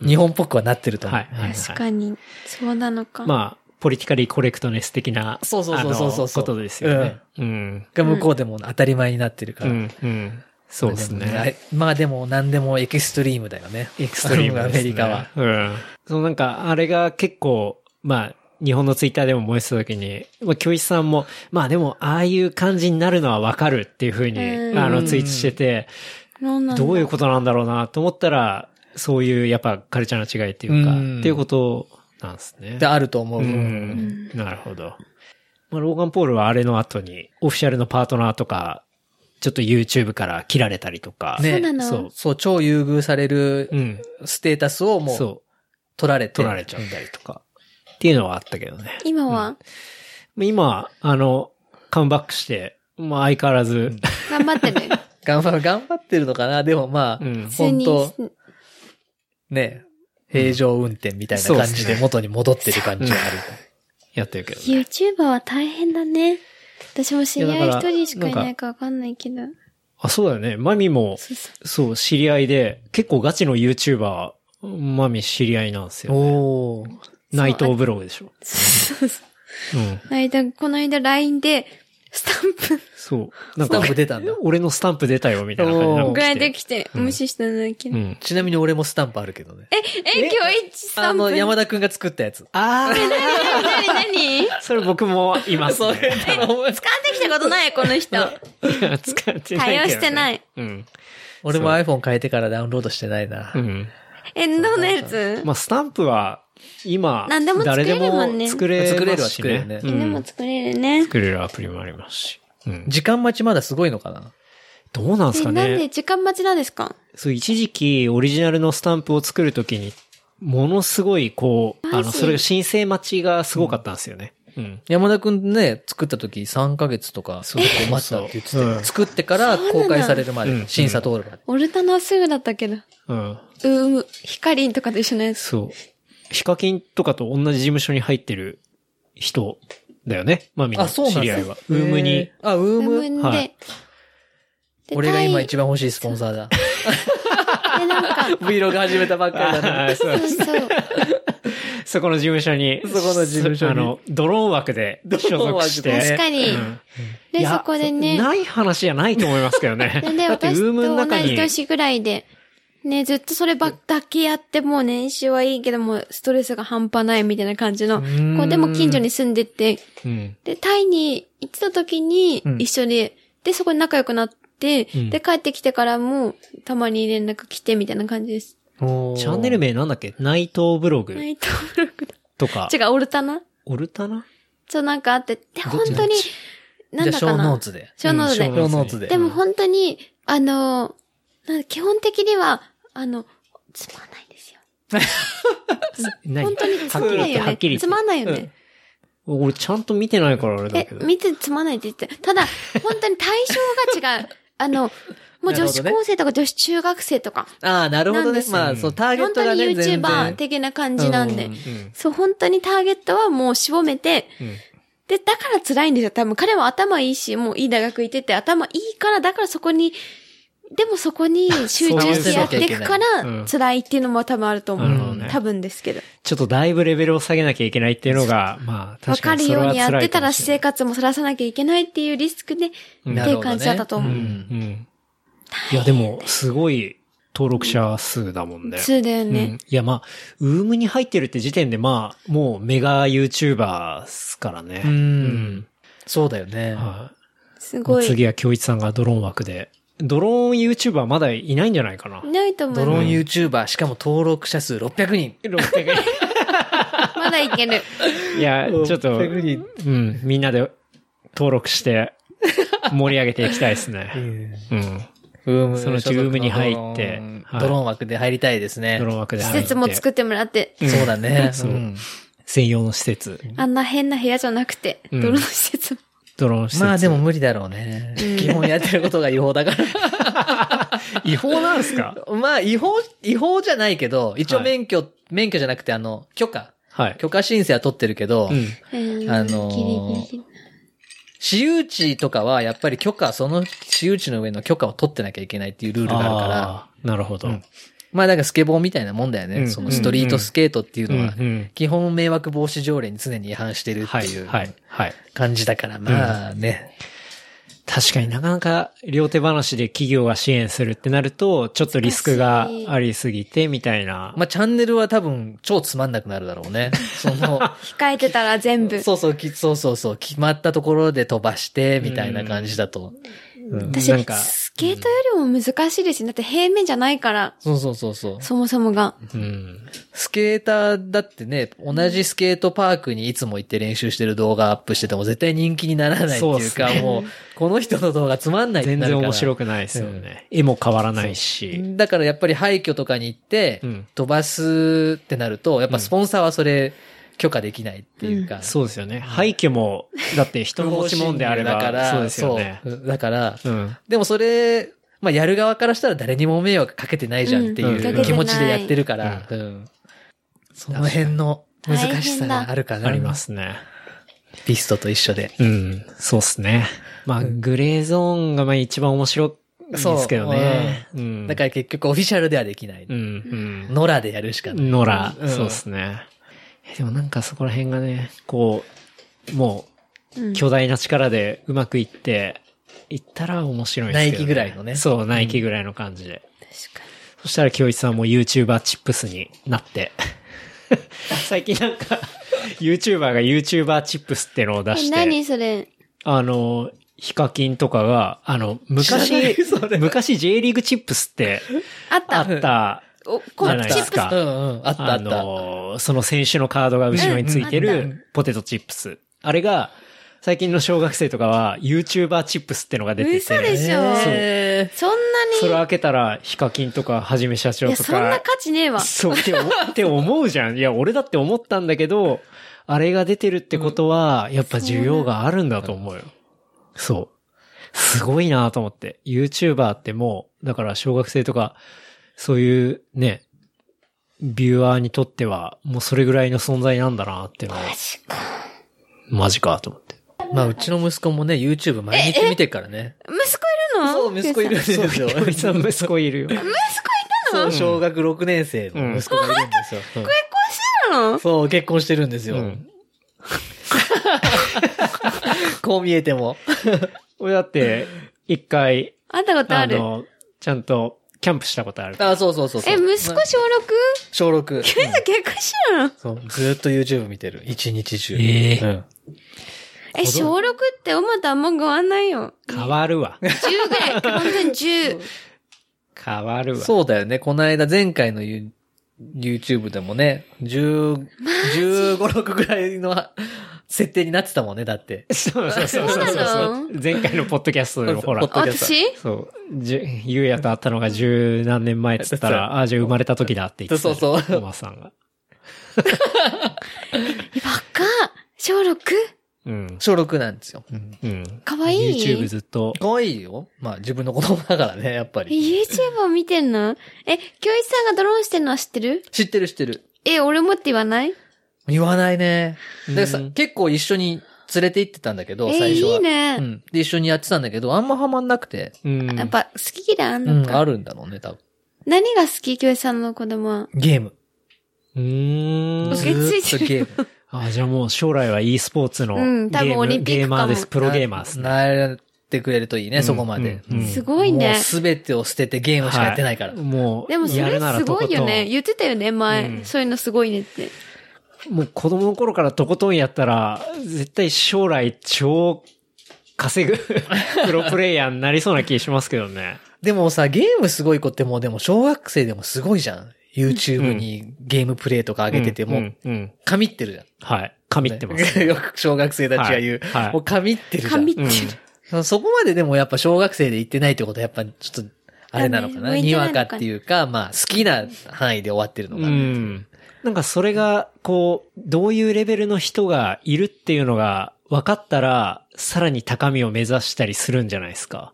うん日本っぽくはなってると思う。はい。はい確かに。そうなのか。まあ、ポリティカリーコレクトネス的な、そうそうそうそうそうそうあのことですよね。うん。が向こうでも当たり前になってるかうら。ん。うん。そうですまあね。。まあでも何でもエクストリームだよね。エクストリームアですメねリカは。。うん。そのなんか、あれが結構、まあ、日本のツイッターでも燃えてた時に、まあ、教一さんも、まあでも、ああいう感じになるのはわかるっていうふうに、うんあの、ツイートしてて、そうなんだどういうことなんだろうなと思ったら、そういう、やっぱ、カルチャーの違いっていうか、うんっていうことなんですね。であると思う。うんなるほど。まあ、ローガン・ポールはあれの後に、オフィシャルのパートナーとか、ちょっと YouTube から切られたりとか。ねそうなのそう。そう、超優遇されるうん。ステータスをもうそ取られう。て。取られちゃったりとか。っていうのはあったけどね。今は、今、あの、カムバックして、まあ相変わらず、な頑張ってね。頑張、頑張ってるのかなでもまうあ、ん普通本に、当ね、平常運転みたいな感じで元に戻ってる感じがある。やってるけどね。 YouTuber は大変だね。私も知り合いいや一だから人しかいないかわかんないけど。あ、そうだよね。マミも、そうそそう、知り合いで、結構ガチの YouTuber、マミ知り合いなんですよ、ね。おー内藤ブログでしょ。うそうそう。うん。この間、この間 LINE で、スタンプそう。なんスタかン、プ出たんだ。俺のスタンプ出たよ、みたいな感じなおん送かられ来て。てきて、うん無視したんだけうど。ん。ちなみに俺もスタンプあるけどね。ええ、今日一スタあンプ。の、山田。田くんが作ったやつ。あ何何 それ僕もいまあす、 そうね。いうの使ってきたことないこの人。使ってないけどね対応してない。うん。俺も iPhone 変えてからダウンロードしてないなう。ん。え、どんなやつまあ、スタンプは、今、何でも作誰でれるもんもね作れ作れるまはすし作れるねね。うでもん作れるね。作れるアプリもありますし。うん。時間待ちまだすごいのかなどうなんですえ、かなんね。で時間待ちなんですかそう、一時期オリジナルのスタンプを作るときに、ものすごい、こう、あマジの、それが申請待ちがすごかったんですよね。うん。山田くんね、作った時3ヶ月とか、そう待ったって言ってたようん作ってから公開されるまうんで、審査通るまで。オルタナはすぐだったけど。うん。うむ、ヒカリンとかと一緒のやつ。そう。ヒカキンとかと同じ事務所に入ってる人だよね。まあみんなあ、そう知なんりだ。合いは。ウームへにー。。あ、ウー自ム分はでい。で俺が今一タイ番欲しいスポンサーだ。で、なんか、 Vlog 始めたばっかり だね。あ そうそうそう。そこの事務所に、そこの事務所にあの、ドローン枠で所属して。ドローン枠で確かにうんいで、やそこでね。ない話じゃないと思いますけどね。 で、でだって私ウーとムの同中じに、年ぐらいで、ね、ずっとそればっだけやって、もう年収はいいけども、ストレスが半端ないみたいな感じの、んこうでも近所に住んでて、うん。で、タイに行ってた時にうん一緒で、で、そこで仲良くなって、うんで、帰ってきてからも、たまに連絡来てみたいな感じです。チチャンネル名なんだっけ内藤ブログナイトブログだ。とか違、う、オルタナオルタナそう、なんかあって、で、本当にどっち、なんじゃあ、だショかーノーな。ツで。小ノートでうん小ノートででも本当に、あの、な基本的には、あの、つまんないんですよ。何本当につまはっんきり言っないてよはっねきり言。ってつまんないよね。俺ちゃんと見てないからあれだえけ、ど。見てつまんないって言って。ただ、本当に対象が違う。あの、もう女子高生とか女子中学生とか、ああ、なるほどなんでね。すまあ、そのターゲッ本ト当がにね、全 YouTuber 然。的な感じなんうでうん。んそう、本当にターゲットはもう絞めて、うんで、だから辛いんですよ。多分彼は頭いいし、もういい大学行ってて、頭いいから、だからそこに、でもそこに集中してやっていくかうんら、辛いっていうのも多分あると思なるほどうね。多分ですけど。ちょっとだいぶレベルを下げなきゃいけないっていうのが、まあ、わ確かかにるそれようはにやっ辛ていかたもらしれ生ない。活もさらさなきゃいけないっていうリスクで、うんっていう感じだったと思う。うんうん。いや、でも、すごい登録者数だもんね。そうだようんね。いや、まあ、ウームに入ってるって時点で、まあ、もうメガ YouTuber っすからね。ううんん。そうだよね。はすいごい。次は京一さんがドローン枠で。ドローン YouTuber まだいないんじゃないかな。いないと思ドいロまーン YouTuber、しかも登録者数600人。す。まだいける。いや、ちょっと、 600人うん、みんなで登録して、盛り上げてい きたいですね。うん。ウームそのうち所属ウームに入ってドローンはいドローン枠で入りたいですねド。ローン枠で施入って。設も作ってもらって、そうだね。そうん専用の施設。あんな変な部屋じゃなくて、うんドローン施設も。ドローン施設。まあでも無理だろうね。基本やってることが違法だから。違法なんすか まあ、違法、違法じゃないけど、一応はい免許、免許じゃなくて、あの、許可。 はい。許可申請は取ってるけど、うん。うんあのーギリギリ私有地とかは、やっぱり許可、その私有地の上の許可を取ってなきゃいけないっていうルールがあるから、あーなるほど。うんまあ、だからスケボーみたいなもんだよね。うんそのストリートスケートっていううんのは、うん基本迷惑防止条例に常に違反してるっはていい。うはい。はい。感じだから、まあね。確かになかなか両手話で企業が支援するってなると、ちょっとリスクがありすぎてみたいな。まあ、チャンネルは多分、超つまんなくなるだろう ね。その、控えてたら全部。そうそう、きそうそうそう、決まったところで飛ばして、みたいな感じだと。うん私なん、か、スケートよりも難しいですよだって平面じゃないから、そうそうそうそう。そもそもが。うん。スケーターだってね、同じスケートパークにいつも行って練習してる動画アップしてても絶対人気にならないってそうっいうすか、ねもう、この人の動画つまんないって全なる然から。面白くないですよね。絵も変わらないし。だからやっぱり廃墟とかに行ってうん、飛ばすってなると、やっぱスポンサーはそれ、許可できないっていうか。そうですよね。廃墟も、だって人の持ち物であれば、だから、そうですよね。そうだから、うん。でもそれ、まあ、やる側からしたら誰にも迷惑かけてないじゃんってうんかけていなうい気持ちでやってるから、うんその辺の難しさがあるかな。ありま。すね。ビストと一緒で。うん。そうですね。まあ、グレーゾーンがまあ一番面白いですけどね。うん。だから結局オフィシャルではできない。うん、うん。ノラでやるしかない。野良、うんそうですね。えでもなんかそこら辺がね、こう、もうんう、巨大な力でうまくいって、いったら面白いですけど、ナイキぐらいのねそう、ナイキぐらいの感じで。確かそしたら清一さんも YouTuber チップスにな って。最近なん か、YouTuber が YouTuber チップスってのを出に。え、して。何それあの、ヒカキンとかが、あの、知らない昔 それ、昔 J リーグチップスってあっあた。った、お、じこゃう、ないチでッすプス。か。うんうん、あったああった。のーその選手のカードが後ろについてうんうんるポテトチップス。あれが、最近の小学生とかは YouTuber チップスってのが出てて。嘘でしそうょそんなそれに、開けたら、ヒカキンとか、はじめ社い長や、とそんなか。価値ねえわ。そう、って思って思うじゃん。いや、俺だって思ったんだけど、あれが出てるってことは、やっぱ需要があるんだと思うよ。そう。すごいなと思って。YouTuber ってもう、だから小学生とか、そういうね、ビューアーにとっては、もうそれぐらいの存在なんだなっていうのは。マジか。マジかと思って。まあ、うちの息子もね、YouTube 毎日見てるからね。息子いるのそう、息子いるんですよ。こいつは息子いるよ。そう、小学6年生の息子がいるんですよ。うんなのそう、結婚してるんですよ。うんこう見えても。俺だって、一回、あったことあある。の、ちゃんと、キャンプしたことある。あ、そうそうそうそう。え、息ま子あ小 6? 小6。え、結婚してるのそう、ずーっと YouTube 見てる。一日中。ええうんえ、小6って思ったらあんま変わんないよ。変わるわ。 10 ぐらい。本当に10。変わるわ。そうだよね。この間、前回の You- YouTube でもね、10 15、6ぐらいのは設定になってたもんね、だって。そうそうそうそうそうなの前回のポッドキャストでもほらポッ、ドキャス私そう、じゅゆうやと会ったのが十何年前っつったら、あ、じゃあ生まれた時だって言ってたよ。そうそうおばさんが。若っ小 6? うん。小6なんですよ。うん。かわいい YouTube ずっと。可愛いよ。まあ、自分の子供だからね、やっぱえ、り。 YouTube を見てんのえ、教一さんがドローンしてるのは知ってる知ってる知ってる。え、俺もって言わない言わないね。でさうん結構一緒に連れて行ってたんだけど、え、最い初は。いねう。ん。で、一緒にやってたんだけど、あんまハマんなくて。うん。やっぱ、好き嫌いあんうのん、あか。るんだろうね、多分。何が好き教一さんの子供は。ゲーム。うーん受。け継いでるずーっとゲーム。あ、じゃあもう将来は e スポーツのゲうん多分ーム、オリンピックゲーマーです。かもプロゲーマーですね。ななってくれるといいね、そこまで。うんうんすごいねもうすべてを捨ててゲームしかやってないから。はもう、でもそやれるならすとごこいよとんね。言ってたよね、うん前。そういうのすごいねって。もう子供の頃からとことんやったら、絶対将来超稼ぐ プロプレイヤーになりそうな気しますけどね。でもさ、ゲームすごい子ってもうでも小学生でもすごいじゃん。YouTube にゲームプレイとか上げてても、うんうんうん神ってるじゃん。はい。神ってます。 よく小学生たちが言う。はいはいもう神ってるじゃん。髪ってる。 そこまででもやっぱ小学生で行ってないってことはやっぱちょっと、あれなのかだな、ねにわかっていうか、まあ好きな範囲で終わってるのかうな。ん。なんかそれが、こう、どういうレベルの人がいるっていうのが分かったら、さらに高みを目指したりするんじゃないですか。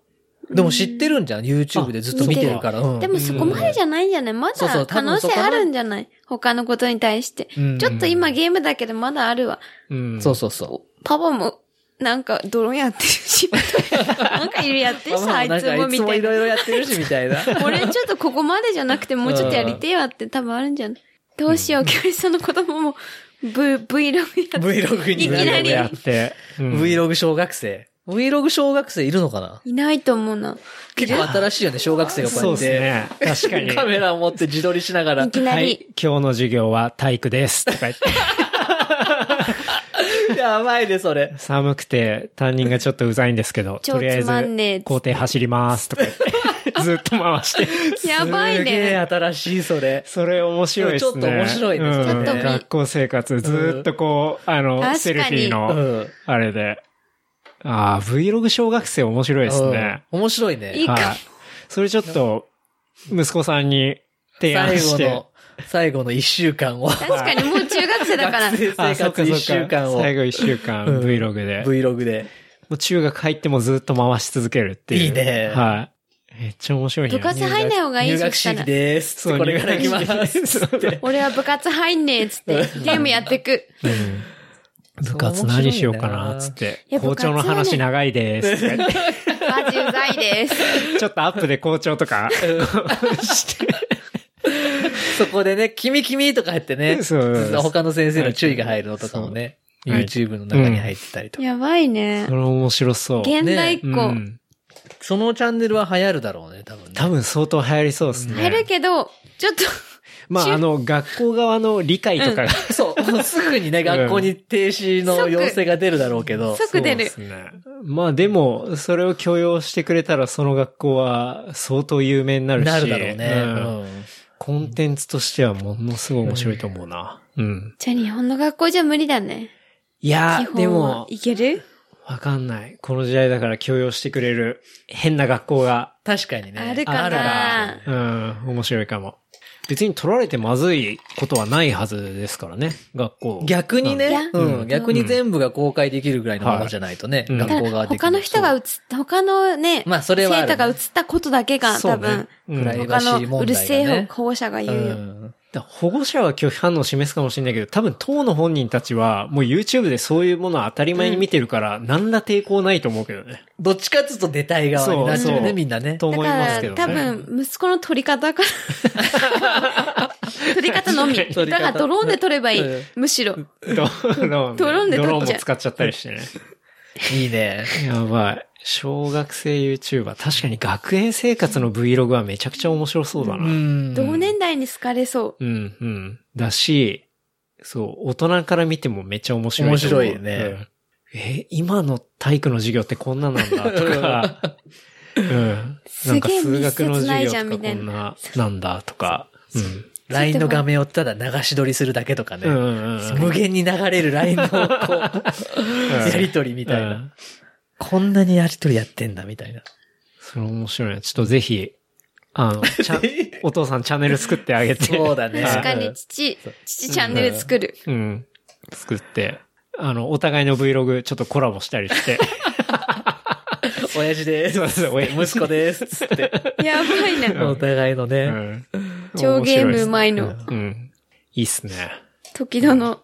でも知ってるんじゃん ?YouTube でずっと見てるから。うんでもそこまでじゃないんじゃないまそうそうだ多可分能そ性こまであるんじゃない他のことに対して。うんちょっと今ゲームだけどまだあるわ。うん。そうそうそパパも、なんか、ドローンやってるし、みたいな。なんかいろいろやってう。るし、あいつもみたいいな。ろいろやってるし、みたいな。 俺ちょっとここまでじゃなくて、もうちょっとやりてえわって多分あるんじゃないどうしよう、教室の子供も、V、Vlog やってる。 Vlog にいきなりやって。うん、 Vlog 小学生。Vlog 小学生いるのかないないと思うな。結構新しいよね、小学生がそこううでやっすて。ね。確かに。 カメラを持って自撮りしなが らい。きなはいり。。今日の授業は体育です。とか言って。やばいね、それ。寒くて担任がちょっとうざいんです けど、超とりあえつまんねえっずつ校庭走りますとか言っ て、ずっと回して。やばいすげえね。新しい、それ。それ面白いですね。ちょっと面白いですねうんちょっと学校生活ずーっとこう、あ確かの、にセルフィーうの、ん。あれで。ああ、Vlog 小学生面白いですね。うん面白いね。いいかはい。それちょっと、息子さんに提案最し後ての。最後の一週 間を。確かにもう中学生だ から。学生生活一週間を最後一週間、うん Vlog で。 Vlog で。もう中学入ってもずっと回し続けるっていう。いいねはい。めっちゃ面白いな部活入んない方がいい入そ学し式たら。です。そうこれから行きます。入俺は部活入んねえっつって、ゲームやってく。うん部活何しようかな、つってい。や校長の話長いです とか言って。マジうざいです。ちょっとアップで校長とか、そこでね、君君とか入ってね、そう他の先生の注意が入るのとかもね、そうはい YouTube の中に入ってたりと か。やばいねそ。れ面白そう。現代っ子。うん。そのチャンネルは流行るだろうね、多分ね。多分相当流行りそうですね。入るけど、ちょっと、まあ、あの、学校側の理解とかが、 そう、もうすぐにね、学校に停止の要請が出るだろうけど。即出る。そうですね。まあでも、それを許容してくれたら、その学校は相当有名になるし。なるだろうね。んコンテンツとしてはものすごい面白いと思うな。うん。じゃあ日本の学校じゃ無理だね。いや基、で本はも、いけるわかんない。この時代だから許容してくれる変な学校が、確かにね。あるかあるなうん、面白いかも。別に取られてまずいことはないはずですからね、学校。逆にいねや、うん、逆に全部が公開できるぐらいのものじゃないとね、うん学校側的に他の人が映った、他のね、まあそれはある生徒が映ったことだけがそ多うね分、うんプライ他バシーのう問題るがねせえ保護者がう言うよ。ん。だから保護者は拒否反応を示すかもしれないけど、多分当の本人たちは、もう YouTube でそういうものは当たり前に見てるから、何ら抵抗ないと思うけどね。どっちかっていうと出たい側になっちゃうそうそね、うみんなね。とだ思いますかけら、どね。多分、息子の取り方から 取り方のみ。だ取り方から、ドローンで取ればいいうん。むしろ。ドローンドローンで撮っちゃドうローンも使っちゃったりしてね。いいね。やばい。小学生 YouTuber。確かに学園生活の Vlog はめちゃくちゃ面白そうだうな。ん。同年代に好かれそうう。ん、うん。だし、そう、大人から見てもめっちゃ面白いと思う。面白いねうん。え、今の体育の授業ってこんななんだと か、うん。なんか数学の授業とかこんななんだとか、う LINE の画面をただ流し撮りするだけとかね。ん。うんうんうん。無限に流れる LINE のこう、やりとりみたいな。こんなにやりとりやってんだみたいな。それ面白いな。ちょっとぜひ、あの、 ちゃんひお父さんチャンネル作ってあげて。そうだね。確かうに、ん。父、父チャンネル作る。うん。作って、あの、お互いの Vlog ちょっとコラボしたりして。親父です。そうそう親父息子です。つって。やばいな。 お互いのうね。ん。超ゲームうまい。いの。うん。いいっすね。時戸の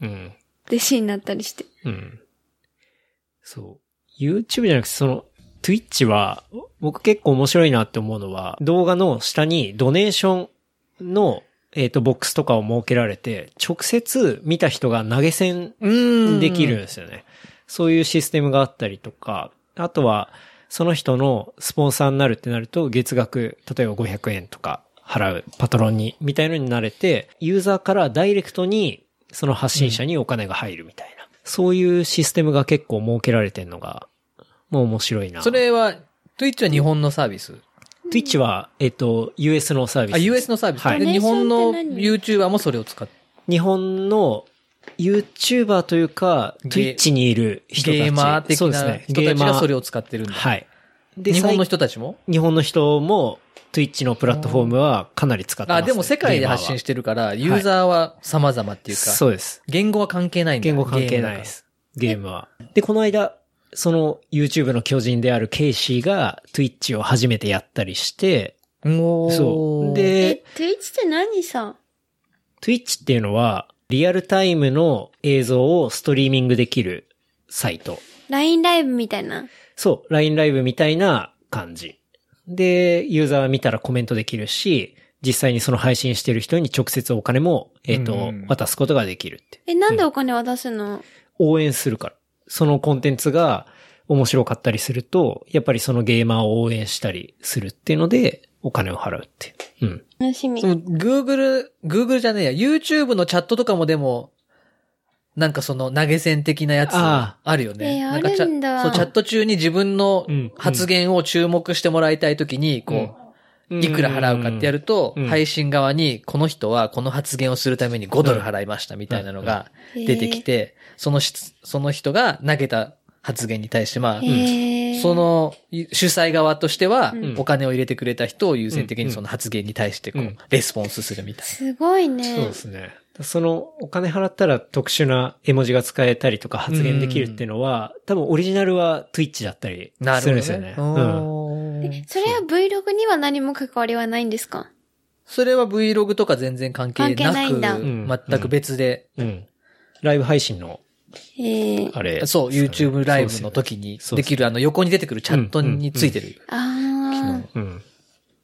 うん。弟子になったりして。うん。そう。YouTube じゃなくて、その、Twitch は、僕結構面白いなって思うのは、動画の下にドネーションの、えっ、と、ボックスとかを設けられて、直接見た人が投げ銭うんできるん。ですよね。そういうシステムがあったりとか、あとは、その人のスポンサーになるってなると、月額、例えば500円とか払う、パトロンに、みたいのになれて、ユーザーからダイレクトに、その発信者にお金が入るみたいな。そういうシステムが結構設けられてるのが、もう面白いな。そ、れは、Twitch は日本のサービス。 Twitch は、えっと、US のサービス。あ、US のサービス。はいで日本ドのネーションって何 YouTuber もそれを使って。日本の YouTuber というか、ゲ Twitch にいる人たち。ゲーマー的そうでなす人ねたちがそれを。を使ってるんだ。はい。で日本の人たちも日本の人も Twitch のプラットフォームはかなり使ってます、あ、でも世界で発信しててるから、ユーザーは様々ってるいうか、そうです。言語は関係ないんだ言語関係ないで。す。ゲームは。で、この間、その YouTube の巨人であるケイシーが Twitch を初めてやったりして、ゲームだからおそーう。、で、 Twitch って何さ Twitch っていうのはリアルタイムの映像をストリーミングできるサイト。 ?LINE ライブみたいな。そう、LINE ライブみたいな感じ。で、ユーザー見たらコメントできるし、実際にその配信してる人に直接お金も、えっ、と、うんうん渡すことができるって。え、なんでお金渡すの応援するから。そのコンテンツが面白かったりすると、やっぱりそのゲーマーを応援したりするっていうので、お金を払うっていう。うん。楽しみそ。の Google、Google じゃねえや、YouTube のチャットとかもでも、なんかその投げ銭的なやつああるよね。えーなんかチャあるんだそう、チャット中に自分のうん発言を注目してもらいたいときに、こう、いくら払うかってやるとうん、配信側に、この人はこの発言をするために5ドル払いましたみたいなのがうん出てきて、そのし、その人が投げた発言に対して、まへあ、ーそ、の主催側としてはうん、お金を入れてくれた人を優先的にその発言に対してこうんう、レスポンスするみたいすごいそうねで。すね。そのお金払ったら特殊な絵文字が使えたりとか発言できるっていうのは、多分オリジナルは Twitch だったりな。するんですよね。うんうんそれは Vlog には何も関わりはないんですかそれは Vlog とか全然関係関係ないんだなうんく、全く別で、うん。ライブ配信の、ええあれ。そう、YouTube ライブそうでのすよね時にそうでですきるあの横に出てくるチャットについてる。ああ。うん。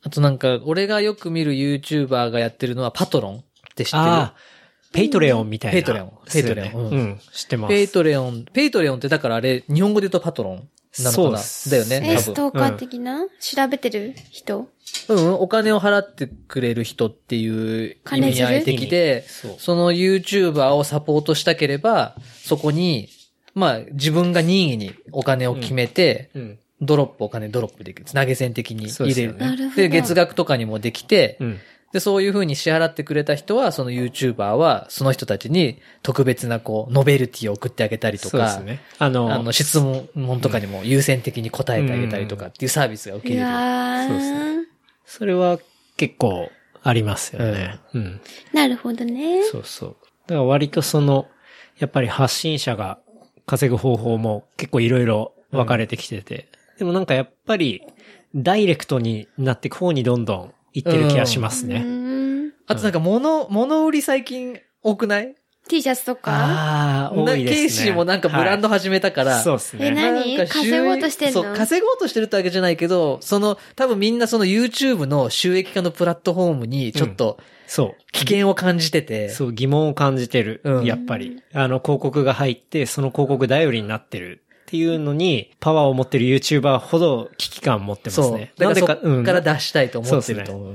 あとなんか、俺がよく見る YouTuber がやってるのはパトロンって知ってあある、ペイトレオンみたいな。ペイトレオンですよねペイトレオンううんん。知ってます。ペイトレオン、ペイトレオンってだからあれ、日本語で言うとパトロンなのかそうっなすだよねえ、多ス分。トーカー的な、調べてる人うん、お金を払ってくれる人っていう意味合い的で、そうその YouTuber をサポートしたければ、そこに、まあ自分が任意にお金を決めて、うん。ドロップお金ドロップできる。投げ銭的にそうで入すれよねる。でなるほど月額とかにもできて、うん。で、そういう風に支払ってくれた人は、その YouTuber は、その人たちに特別なこう、ノベルティを送ってあげたりとそうでか、すね。あの、あの、質問とかにも優先的に答えてあげたりとかっていうサービスが受いけれる。やそうですー。それは結構ありますよね。うん。なるほどね。そうそう。だから割とその、やっぱり発信者が稼ぐ方法も結構いろいろ分かれてきてて、でもなんかやっぱりダイレクトになってく方にどんどん行ってる気がしますうね。ーん。あとなんか物、物売り最近多くない T シャツとかああ、多いですね。ケイシーもなんかブランド始めたから、はいそうですえなね。何なんか収益稼ごうとしてんのそう、稼ごうとしてるってわけじゃないけど、その、多分みんなその YouTube の収益化のプラットフォームにちょっとそ危険を感じてて、う。そう、疑問を感じてる。うんやっぱり。あの、広告が入って、その広告頼りになってる。っていうのに、パワーを持ってる YouTuber ほど危機感を持ってますそうね。だからそなっから出したいと思ってると思う。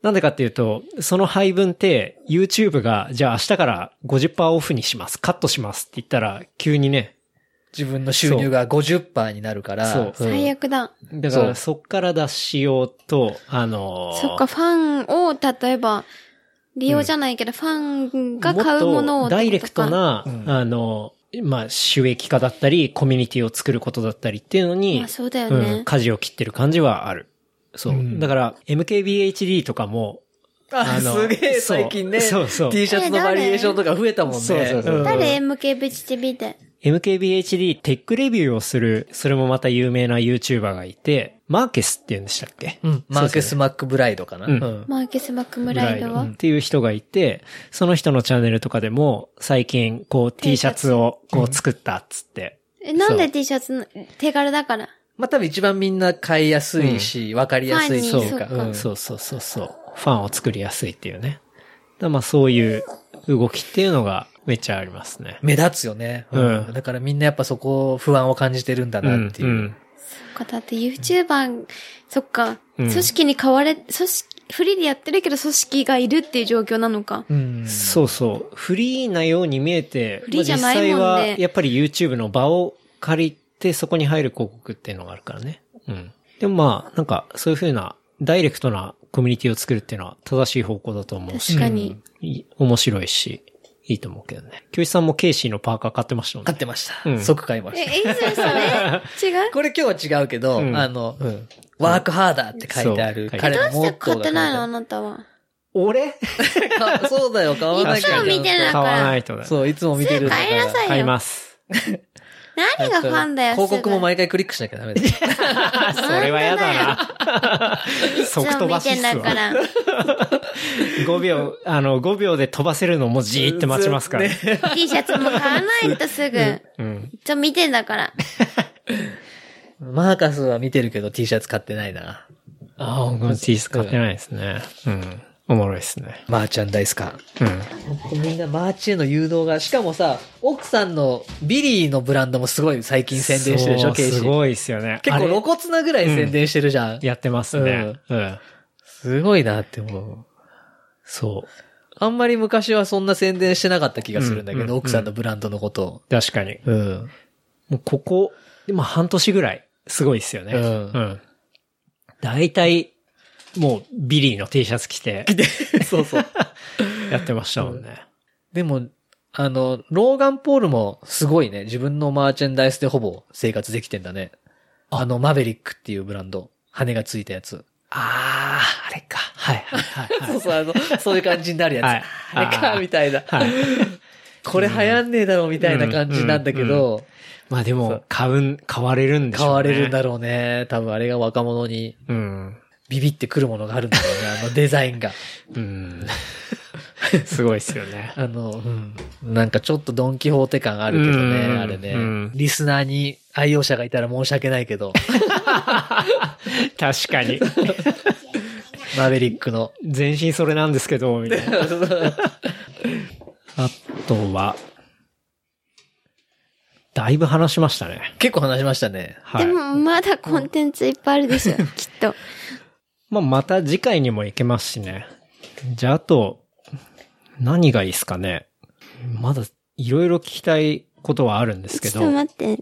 なんでかっていうと、その配分って、YouTube が、じゃあ明日から50%オフにします、カットしますって言ったら、急にね、自分の収入が50%になるから、そううん最悪だ。だからそそっから脱しようと、あのーそっか、ファンを、例えば、利用じゃないけど、ファンが買うものもっをとダイレクトってな、うんあのーまあ、収益化だったり、コミュニティを作ることだったりっていうのことか。に、まあ、そうだようん、ね。舵を切ってる感じはある。そう。うんだから、MKBHD とかも、あのすげえそう最近ね、そうそう T シャツのバリエーションとか増えたもんね。そうそうそううん誰 ?MK ベチテビで。 MKBHD テックレビューをする、それもまた有名な YouTuber がいて、マーケスって言うんでしたっけうんマーケス・マックブライドかな。うんうんマーケス・マックムライドはっていう人がいて、その人のチャンネルとかでも、最近、こう T シャツをこう作ったっつって。え、なんそでう T シャツの、手軽だから。まあ、多分一番みんな買いやすいし、わ、かりやすいっていうか。ファンにそうかんそうそうそうそう。ファンを作りやすいっていうね。だからまあそういう動きっていうのがめっちゃありますね。目立つよね、うんだからみんなやっぱそこ不安を感じてるんだなっていう。うんそっか、だって YouTuber、そっか、うん組織に買われ、組織、フリーでやってるけど組織がいるっていう状況なのか。うんそうそう。フリーなように見えて、フリーじゃないもんねまあ実際はやっぱり YouTube の場を借りてそこに入る広告っていうのがあるからね。うん。でもまあ、なんかそういうふうなダイレクトなコミュニティを作るっていうのは正しい方向だと思うし。確かに。い面白いし、いいと思うけどね。教師さんもケイシーのパーカー買ってましたもん買ねっ。てました。うん即買いまえ、しえた。、それそれ 違うこれ今日は違うけど、うんあの、ワークハーダーって書いてあるそう彼のどうモしてット買っーが書ていてないのあある。なたは。俺買う そうだよ、買わなきゃいつも見てる買わないとだ。そう、いつも見てるんだから。買いなさいよ買います。何がファンだよ、広告もすぐ毎回クリックしなきゃダメだよ。あ、それはやだな。い 即つも飛ば見してっんすだかわ。 ら。 5秒、あの、5秒で飛ばせるのもじーって待ちますから。 T シャツも買わないとすぐ。うん。いつも見てんだから。マーカスは見てるけど T シャツ買ってないな。ああ、僕も T ス買ってないですね。うん。おもろいですね。マーチャンダイス感。うん。みんなマーチへの誘導が、しかもさ、奥さんのビリーのブランドもすごい最近宣伝してるでしそょ、うケイシすー。ごいですよね。結構露ロ骨なぐらい宣伝してるじゃん。やってますね。うん。すごいなって思う。そう。あんまり昔はそんな宣伝してなかった気がするんだけど、うんうん奥さんのブランドのことを。確かに。うん。もうここ、でも半年ぐらい、すごいですよね。うんうん。大体、もう、ビリーの T シャツ着て、 そうそう。やってましたもんね。でも、あの、ローガン・ポールもすごいね。自分のマーチェンダイスでほぼ生活できてんだね。あの、マベリックっていうブランド。羽がついたやつ。あー、あれか。はいはいはいはい。そうそう、あの、そういう感じになるやつ。はいあれあか、ーみたいな。 はいこれ流行んねえだろ、みたいな感じなんだうんけうんど、まあでそもう、買うん、買われるんでしょう買ね。われるんだろうね。多分あれが若者にうん。ビビってくるものがあるんだろうね。あのデザインが。うん。 すごいですよね。あの、うん。なんかちょっとドンキホーテ感あるけどね、うんあれね、うんリスナーに愛用者がいたら申し訳ないけど、確かに。マーベリックの。全身それなんですけど、みたいな。 あとは、だいぶ話しましたね。結構話しましたね。はでい。も、まだコンテンツいっぱいあるでしょ、きっと。まあ、また次回にも行けますしね。じゃあ、あと、何がいいですかね。まだ、いろいろ聞きたいことはあるんですけちど。ょっと待って。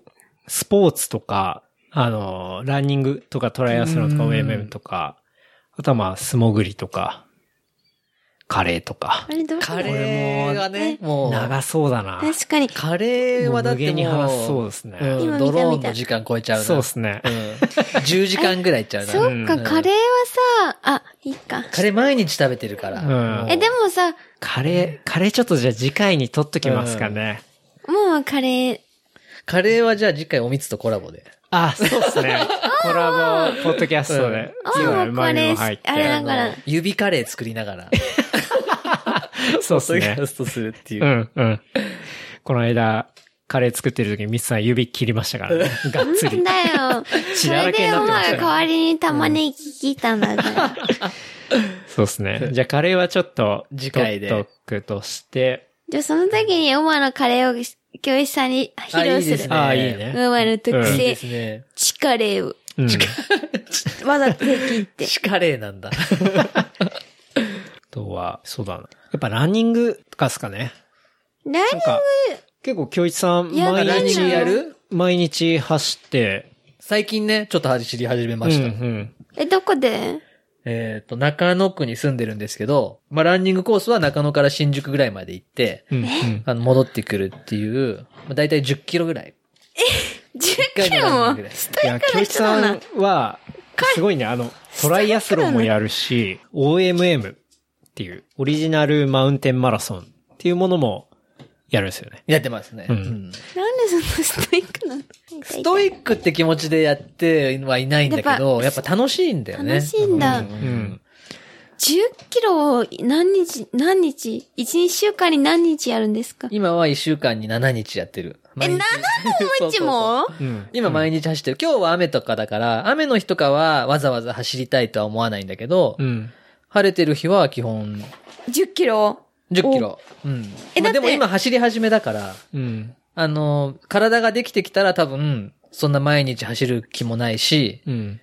スポーツとか、あの、ランニングとかトライアスロンとかうん OMM とか、あとはまあ、素潜りとか、カレーとかあ。れどうしたカレーがね、もう、長そうだな。確かに。カレーはだって無限にも話しそうですねうん今見たドロー見ンのた時間超えちゃうな。そうですねう。ん。10時間ぐらいいっちゃうな。そっか、んカレーはさ、あ、いいか。カレー毎日食べてるから。うんえ、でもさ、カレー、カレーちょっとじゃあ次回に撮っときますかね。もうカレー、カレーはじゃあ次回おみつとコラボで。あ、そうですね。 コラボ、ポッドキャストで。あー今うまみも入っカレーあれて。だからあの指カレー作りながら、そうでそすういうねキ。ャストするっていうう。ん、うん。この間、カレー作ってる時、ミスさん指切りましたからね。がっつなり ん。だよ。血そだられけにでなっおてました前ねが代わりに玉ねぎ切ったんだぜ。 そうですね。じゃあカレーはちょっと、次回で取っとくとして、じゃあその時にお前のカレーを教師さんに披露すあいいでするね。ああ、いいね。お前の特うんいいで製す、ね。チカレーをうんわざと切って。チカレーなんだ。あとは、そうだな。やっぱランニングとかですかね。何なんか、結構、京一さん、いや毎ランニン日グやる毎日走って、最近ね、ちょっと知り始めまうんした。うん。え、どこでえっ、と、中野区に住んでるんですけど、まあ、ランニングコースは中野から新宿ぐらいまで行って、うんうんあの、戻ってくるっていう、まあ、大体10キロぐらい。 ?10 キロランニンもグでスいトイや、ック京な一人ださな。んは、すごいね、あの、トライアスロンもやるし、OMM っていう、オリジナルマウンテンマラソンっていうものもやるんですよね。やってますね。うんうなんんでそんなストイックなのストイックって気持ちでやってはいないんだけど、ややっぱ楽しいんだよね。楽しいんだうううん。 10キロを何日、何日 ?1、2週間に何日やるんですか今は1週間に7日やってる。え、毎7日個も そうそう1そうもうん。今毎日走ってる。今日は雨とかだから、雨の日とかはわざわざ走りたいとは思わないんだけど、うん。晴れてる日は基本 ?10 キロ10キロ。うん。えまあだってでも今走り始めだから、うん。あの、体ができてきたら多分、そんな毎日走る気もないし、うん。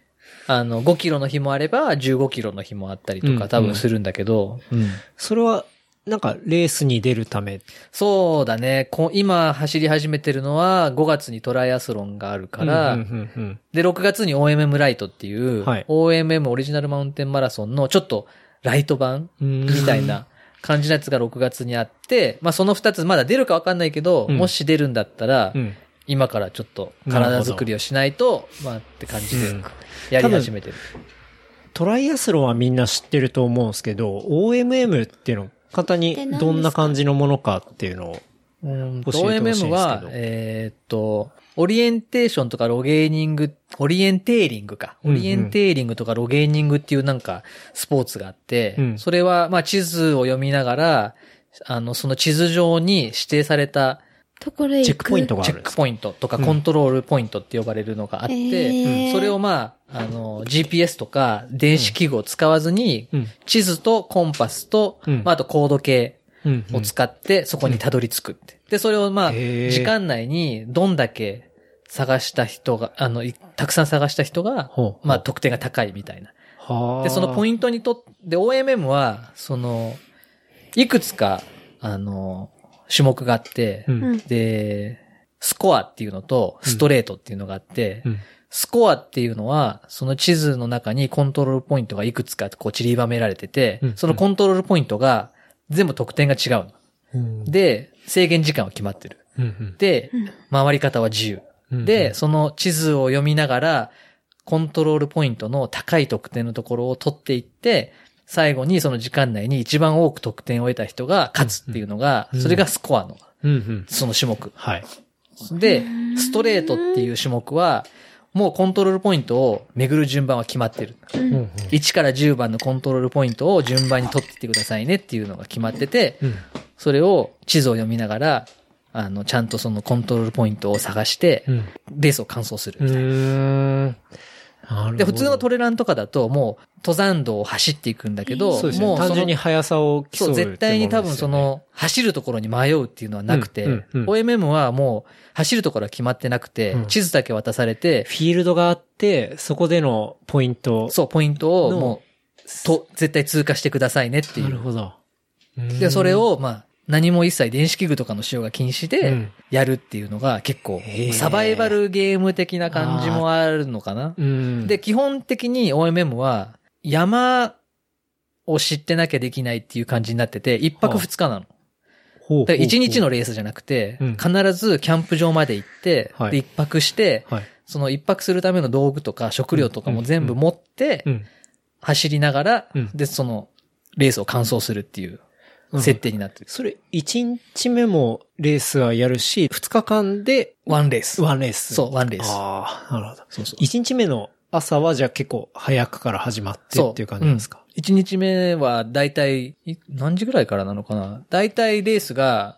あの、5キロの日もあれば、15キロの日もあったりとうんか多分するんだけど、うんそれは、なんか、レースに出るため。そうだね。こ今走り始めてるのは、5月にトライアスロンがあるから、うんうんうんで、6月に OMM ライトっていう、はい OMM オリジナルマウンテンマラソンのちょっとライト版うんみたいな感じのやつが6月にあって、まあその2つまだ出るかわかんないけど、うんもし出るんだったら、うん。今からちょっとなる体ほど作りをしないと、まあって感じうでんやり始めてる。トライアスロンはみんな知ってると思うんですけど、OMM っていうの、簡単にどんな感じのものかっていうのを。うん教えてほしいんですけ OMM どは、えーっと、オリエンテーションとかロゲーニング、オリエンテーリングか。うんオうんリエンテーリングとかロゲーニングっていうなんかスポーツがあって、うんそれはまあ地図を読みながら、あの、その地図上に指定されたところへ行く。チェックポイントがあチるんェでックすか。ポイントとかうんコントロールポイントって呼ばれるのがあって、えーそれをまあ、あの、GPS とか電子器具を使わずに、うん地図とコンパスと、うんまあ、あとコード計うんを使って、そこにたどり着くって。で、それをまあ、へー時間内にどんだけ探した人が、あの、いたくさん探した人がほうほ、うまあ、得点が高いみたいな。はあ。で、そのポンイントにとっで、OMM は、その、いくつか、あの、種目があって、うんうん。で、スコアっていうのと、ストレートっていうのがあって、うんスコアっていうのは、その地図の中にコントロールポイントがいくつかこう散りばめられてて、うんそのコントロールポイントが全部得点が違うの。うんで、制限時間は決まってる。うんでうん、回り方は自由。うんで、、その地図を読みながら、コントロールポイントの高い得点のところを取っていって、最後にその時間内に一番多く得点を得た人が勝つっていうのが、うんそれがスコアの、うんうん。その種目。はい。で、ストレートっていう種目は、もうコントロールポイントを巡る順番は決まってる。うんうん1から10番のコントロールポイントを順番に取っていってくださいねっていうのが決まってて、うんそれを地図を読みながら、あの、ちゃんとそのコントロールポイントを探してう、ん。レースを完走するう。ーん。なるほどで、普通のトレランとかだと、もう、登山道を走っていくんだけど、そうですもね。う単そ純にの、速さを競そうう、って絶対に多も分ですそよね、の、走るところに迷うっていうのはなくて、うんうんうん OMM はもう、走るところは決まってなくて、うん地図だけ渡されてフ、ィールドがあって、そこでのポイント。そう、ポイントをのもう、と、絶対通過してくださいねっていなるう。ほど。で、それを、まあ、何も一切電子器具とかの使用が禁止うでん、やるっていうのが結構へー、サバイバルゲーム的な感じもあるのかなう。ん、で、基本的に OMM は山を知ってなきゃできないっていう感じになってて、一泊二日なの。ほうほうほう、だから一日のレースじゃなくて、うん必ずキャンプ場まで行って、はいで一泊して、はい。その一泊するための道具とか食料とかも全部持ってう、ん。走りながら、うんで、その、レースを完走するっていううん設定になってる。それ、一日目もレースはやるし、二日間でワンレース。ワンレース。そう、ワンレース。ああ、なるほど。そうそう。一日目の朝はじゃあ結構早くから始まってそうっていう感じなんですか。うん一、日目はだいたい、い何時ぐらいからなのかなだいたいレースが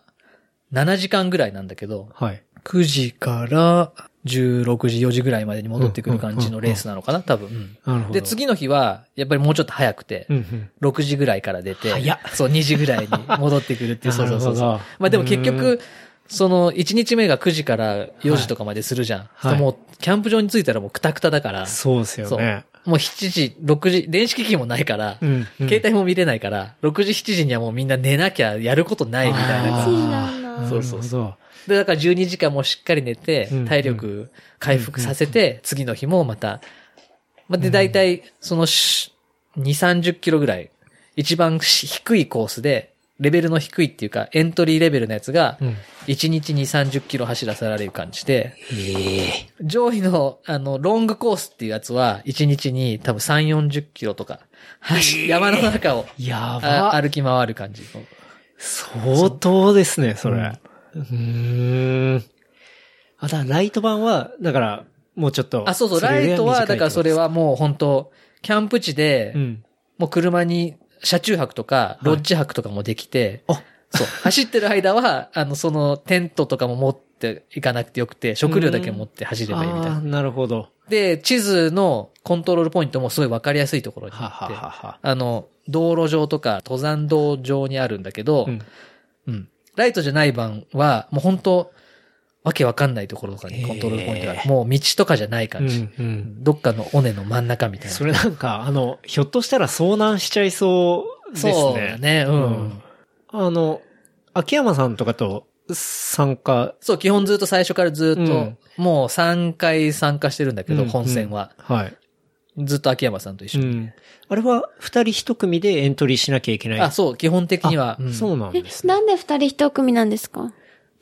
7時間ぐらいなんだけど、はい。 9時から16時、4時ぐらいまでに戻ってくる感じのレースなのかな多分。なるほうど。んで、、次の日は、やっぱりもうちょっと早くてう、んうん。 6時ぐらいから出て早っ、そう、2時ぐらいに戻ってくる っていう、そうそうそうそうなるほど。まあでも結う局、その、1日目が9時から4時とかまでするじゃん。はいもう、キャンプ場に着いたらもうクタクタだから、そうですよね。もう7時、6時、電子機器もないから、うんうん携帯も見れないから、6時、7時にはもうみんな寝なきゃやることないみたいなあ感じ。ーなんだなるほど。で、だから12時間もしっかり寝てうん、体力回復させて、次の日もまた、まあ、で、大体、そのし、2、30キロぐらい、一番し低いコースで、レベルの低いっていうか、エントリーレベルのやつが、うん。 1日に30キロ走らせられる感じで、ええ。上位の、あの、ロングコースっていうやつは、1日に多分3、40キロとか、走山の中をやあば。歩き回る感じ。相当ですね、それ。うーん。あ、だからライト版は、だから、もうちょっと。あ、そうそう、れラよりイトは、短いだからそれってはもう本当キャンプ地でことです、うん。もう車に車中泊とか、ロッジ泊とかもできて、あそう、走ってる間は、あの、そのテントとかも持っていかなくてよくて、食料だけ持って走ればいいみたいあなー。なるほど。で、地図のコントロールポイントもすごいわかりやすいところにはあはって、はは。あの、道路上とか登山道上にあるんだけど、うんうんライトじゃない版は、もう本当わけわかんないところとかにコントロールポイントがある。もう道とかじゃない感じ。ん。どっかの尾根の真ん中みたいな。それなんか、あの、ひょっとしたら遭難しちゃいそうですね。そうだね、う。うんんあの、秋山さんとかと参加。そう、基本ずっと最初からずっと、うんもう3回参加してるんだけど、うん本戦は。。うんはい。ずっと秋山さんと一う緒に。ん。あれは、二人一組でエントリーしなきゃいけない。あ、そう、基本的には。うんそうなんえです、、ね。なんで二人一組なんですか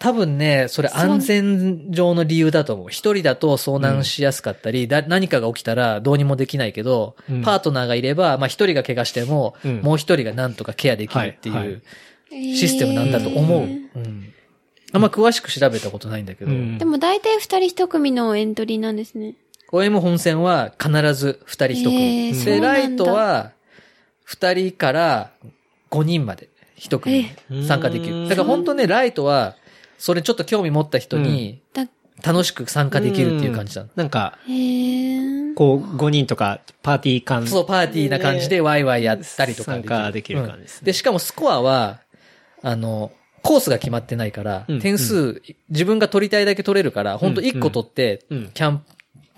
多分ね、それ安全上の理由だと思う。一人だと遭難しやすかったり、だ何かが起きたらどうにもできないけど、うんパートナーがいれば、まあ一人が怪我しても、うんもう一人がなんとかケアできるってはいいはうシステムなんだと思う。えうんあんま詳しく調べたことないんだけど、うんーでも大体二人一組のエントリーなんですね。 OM 本戦は必ず二人一組。えーで、そうなんだライトは二人から五人まで一組え参加できうーんる。だから本当ね、ライトは、それちょっと興味持った人にだ楽しく参加できるっていう感じだ。なんか、へーこう、5人とか、パーティー感。そう、パーティーな感じでワイワイやったりとか参加できる感じですねうんで、しかもスコアは、あの、コースが決まってないから、うん点数、自分が取りたいだけ取れるから、ほんと1個取って、うんキャン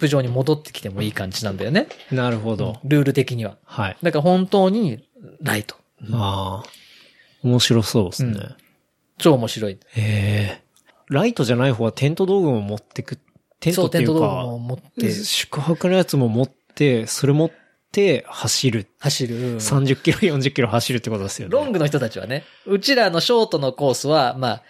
プ場に戻ってきてもいい感じなんだよね。なるほど。ルール的には。はい。だから本当に、ライト。ああ。面白そうですね。うん超面白い。へえ。ライトじゃない方はテント道具も持ってく、テンそトう、ってテンいトう道具かも、持って、宿泊のやつも持って、それ持っって走る。走る。うん30キロ、40キロ走るってことですよね。ロングの人たちはね、うちらのショートのコースは、まあ、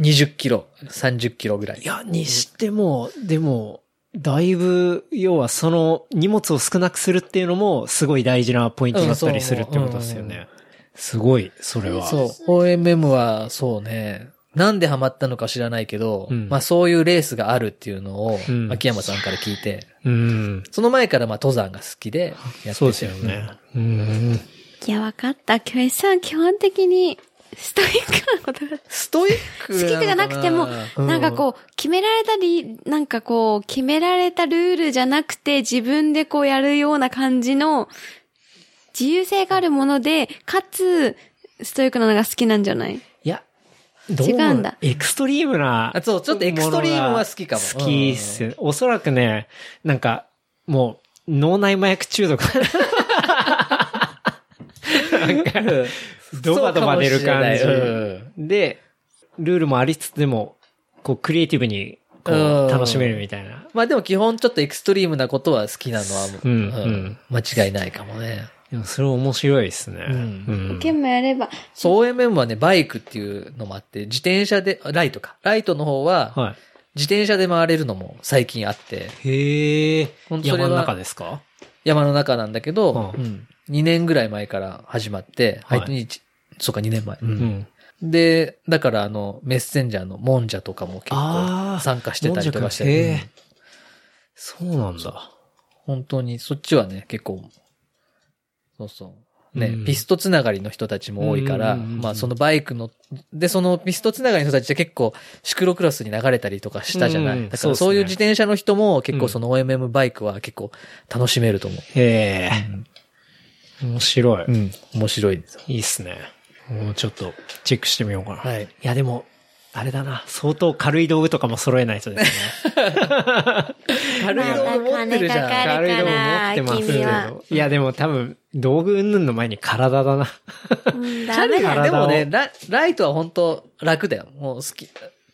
20キロ、30キロぐらい。いや、にしても、でも、だいぶ、要はその荷物を少なくするっていうのも、すごい大事なポイントだったりするってことですようんね。すごい、それは。そう。OMM は、そうね。なんでハマったのか知らないけど、うんまあそういうレースがあるっていうのを、うん秋山さんから聞いて、うん。その前からまあ登山が好きでやっててそうですよね。うん。いや、わかった。京平さん、基本的に、ストイックなことが、ストイック好きのかじゃなくても、なんかこう、決められたり、なんかこう、決められたルールじゃなくて、自分でこうやるような感じの、自由性があるもので、かつ、ストイックなのが好きなんじゃないいや、どう違うんだエクストリームな。あそうちょっとエクストリームは好きかも好きっすよね。おそらくね、なんか、もう、脳内麻薬中毒。なんか、ドバドバ出る感じそうかもしれないうん。で、ルールもありつつでも、こう、クリエイティブに、こうんう、楽しめるみたいな。まあでも基本ちょっとエクストリームなことは好きなのは、うんうん間違いないかもね。でも、それ面白いですね。うんうん剣もやれば、そう OMM はね、バイクっていうのもあって、自転車で、あライトか。ライトの方は、は自転車で回れるのも最近あって、い。へえ。ほんとそれは山の中ですか山の中なんだけど、うん2年ぐらい前から始まって、はいはいにそうか、2年前。うん。で、だからあの、メッセンジャーのモンジャとかも結構あー参加してたりとかしもんじゃて、くんへーそうんうなんだ。本当にそっちはね、結構、そうそう。ね、うんピストつながりの人たちも多いから、うんうんうんうんまあそのバイクの、で、そのピストつながりの人たちって結構シクロクロスに流れたりとかしたじゃない。うんだかそうらですねそういう自転車の人も結う構んその OMM バイクは結構楽しめると思へえ。面白い。う。うん。面白いですよ。いいっすね。もうちょっとチェックしてみようかな。はい。やでも、あれだな。相当軽い道具とかも揃えないとですね。軽い道具持ってるじゃん。また軽い軽い道道具具持ってますけ君どはいやでも多分、道具云々の前に体だな。うん、チャダリメだがで体もをねラ、ライトは本当楽だよ。もう好き。